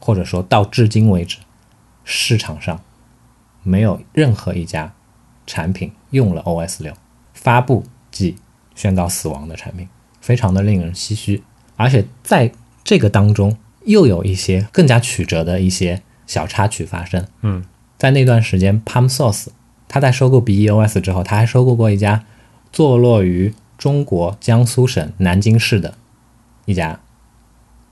[SPEAKER 1] 或者说到至今为止，市场上没有任何一家产品用了 OS 六发布即宣告死亡的产品，非常的令人唏嘘。而且在这个当中，又有一些更加曲折的一些小插曲发生。
[SPEAKER 2] 嗯，
[SPEAKER 1] 在那段时间，Palm Source 它在收购 BEOS 之后，它还收购过一家坐落于中国江苏省南京市的一家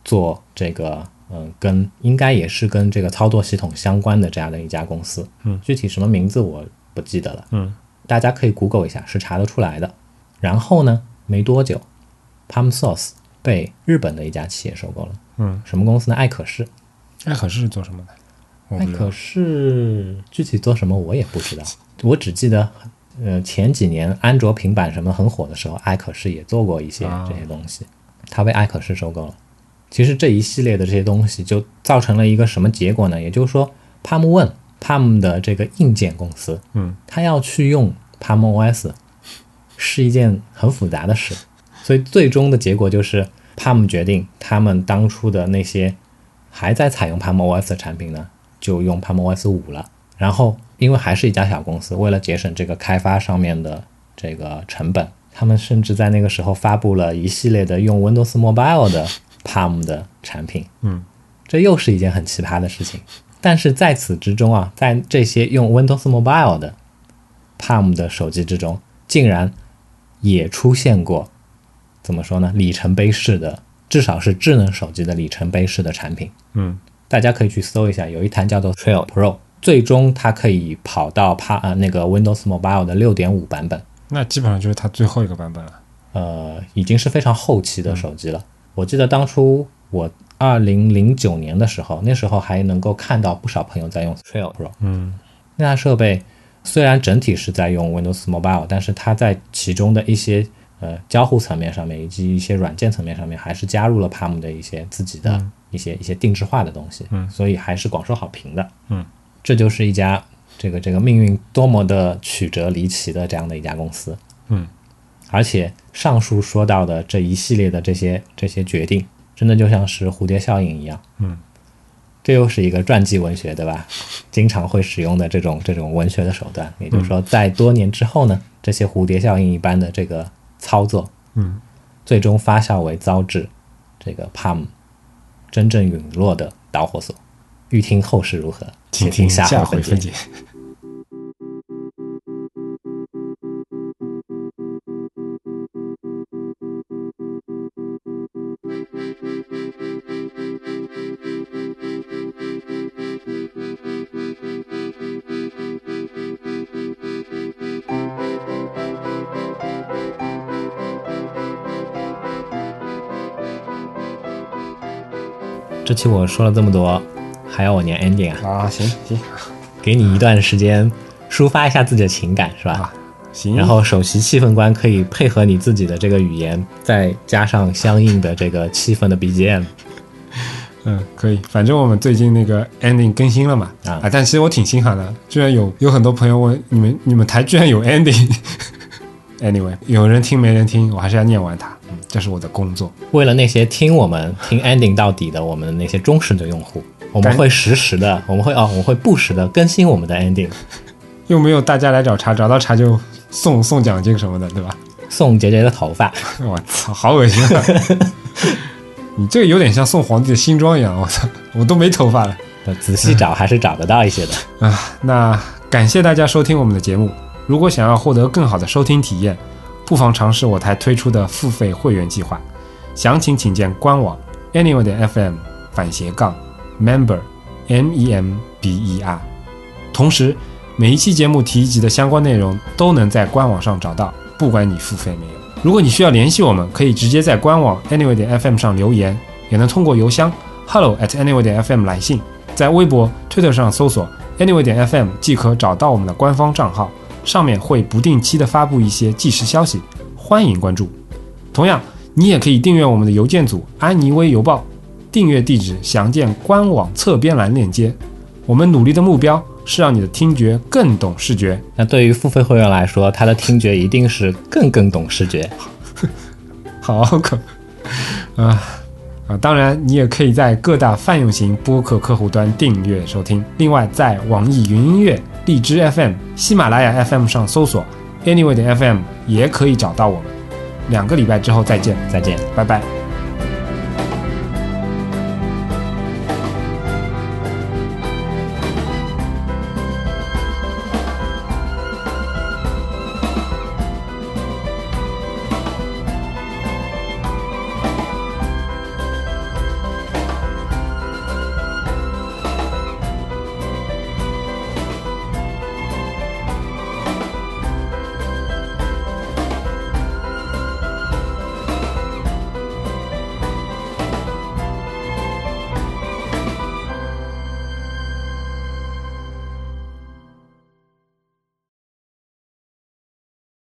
[SPEAKER 1] 做这个嗯，跟应该也是跟这个操作系统相关的这样的一家公司，嗯，具体什么名字我不记得了，
[SPEAKER 2] 嗯，
[SPEAKER 1] 大家可以 Google 一下，是查得出来的。然后呢，没多久，Palm Source 被日本的一家企业收购了，
[SPEAKER 2] 嗯，
[SPEAKER 1] 什么公司呢？爱可视，
[SPEAKER 2] 爱可是做什么的？我
[SPEAKER 1] 爱
[SPEAKER 2] 不知道。
[SPEAKER 1] 哎可视具体做什么我也不知道，我只记得，呃，前几年安卓平板什么很火的时候，爱可视也做过一些
[SPEAKER 2] 啊
[SPEAKER 1] 这些东西，它被爱可视收购了。其实这一系列的这些东西就造成了一个什么结果呢？也就是说，Palm One Palm 的这个硬件公司，
[SPEAKER 2] 嗯，
[SPEAKER 1] 它要去用 Palm OS，是一件很复杂的事，所以最终的结果就是，Palm 决定他们当初的那些还在采用 Palm OS 的产品呢，就用 Palm OS 五了。然后，因为还是一家小公司，为了节省这个开发上面的这个成本，他们甚至在那个时候发布了一系列的用 Windows Mobile 的 Palm 的产品。
[SPEAKER 2] 嗯，
[SPEAKER 1] 这又是一件很奇葩的事情。但是在此之中啊，在这些用 Windows Mobile 的 Palm 的手机之中，竟然也出现过怎么说呢？里程碑式的，至少是智能手机的里程碑式的产品。
[SPEAKER 2] 嗯
[SPEAKER 1] 大家可以去搜一下，有一台叫做 Trail Pro，最终它可以跑到帕呃那个 Windows Mobile 的六点五版本，
[SPEAKER 2] 那基本上就是它最后一个版本了。
[SPEAKER 1] 呃，已经是非常后期的手机了。我记得当初我二零零九年的时候，那时候还能够看到不少朋友在用 Trail Pro，
[SPEAKER 2] 嗯
[SPEAKER 1] 那台设备虽然整体是在用 Windows Mobile，但是它在其中的一些呃交互层面上面以及一些软件层面上面，还是加入了 Palm 的一些自己的一些、一些定制化的东西，
[SPEAKER 2] 嗯
[SPEAKER 1] 所以还是广受好评的。
[SPEAKER 2] 嗯，
[SPEAKER 1] 这就是一家这个这个命运多么的曲折离奇的这样的一家公司。
[SPEAKER 2] 嗯，
[SPEAKER 1] 而且上述说到的这一系列的这些这些决定，真的就像是蝴蝶效应一样。
[SPEAKER 2] 嗯，
[SPEAKER 1] 这又是一个传记文学，对吧？经常会使用的这种这种文学的手段，也就是说，在多年之后呢，这些蝴蝶效应一般的这个操作，
[SPEAKER 2] 嗯，
[SPEAKER 1] 最终发酵为遭致这个帕姆真正陨落的导火索。欲听后事如何，
[SPEAKER 2] 请
[SPEAKER 1] 且
[SPEAKER 2] 听
[SPEAKER 1] 下
[SPEAKER 2] 下
[SPEAKER 1] 回
[SPEAKER 2] 回
[SPEAKER 1] 分
[SPEAKER 2] 分
[SPEAKER 1] 解。
[SPEAKER 2] 解。
[SPEAKER 1] 这期我说了这么多，还要我念 ending 啊？
[SPEAKER 2] 啊，行行
[SPEAKER 1] 给你一段时间抒发一下自己的情感，是吧？
[SPEAKER 2] 啊行，
[SPEAKER 1] 然后首席气氛官可以配合你自己的这个语言，再加上相应的这个气氛的 BGM。
[SPEAKER 2] 嗯，可以。反正我们最近那个 ending 更新了嘛，
[SPEAKER 1] 啊
[SPEAKER 2] 但其实我挺心寒的，居然有有很多朋友问你们，你们台居然有 ending。anyway，有人听没人听，我还是要念完它，嗯这是我的工作。
[SPEAKER 1] 为了那些听我们听 ending 到底的我们的那些忠实的用户，我们
[SPEAKER 2] 感
[SPEAKER 1] 会实时的，我们会哦，我们会不时的更新我们的 ending，
[SPEAKER 2] 又没有大家来找茬，找到茬就送送奖金什么的，对吧？ (laughs)
[SPEAKER 1] 送杰杰的头发。
[SPEAKER 2] 我操，好恶心啊！你这个有点像送皇帝的新装一样，我操，我都没头发了。
[SPEAKER 1] 呃仔细找还是找得到一些的。
[SPEAKER 2] 啊，那感谢大家收听我们的节目。如果想要获得更好的收听体验，不妨尝试我台推出的付费会员计划，详情请见官网 E anyway 点 fm 反斜杠 member m e m b e r。同时，每一期节目提及的相关内容都能在官网上找到，不管你付费没有。如果你需要联系我们，可以直接在官网 anyway 点 fm 上留言，也能通过邮箱 hello at anyway 点 fm 来信，在微博、推特上搜索 anyway 点 fm 即可找到我们的官方账号，上面会不定期的发布一些即时消息，欢迎关注。同样，你也可以订阅我们的邮件组“安妮微邮报”，订阅地址详见官网侧边栏链接。我们努力的目标是让你的听觉更懂视觉。
[SPEAKER 1] 那对于付费会员来说，他的听觉一定是更更懂视觉。
[SPEAKER 2] 好可啊啊！当然，你也可以在各大泛用型播客客户端订阅收听。另外，在网易云音乐、荔枝 FM、喜马拉雅 FM 上搜索 Anyway 的 FM，也可以找到我们。两个礼拜之后再见，
[SPEAKER 1] 再见。
[SPEAKER 2] 拜拜。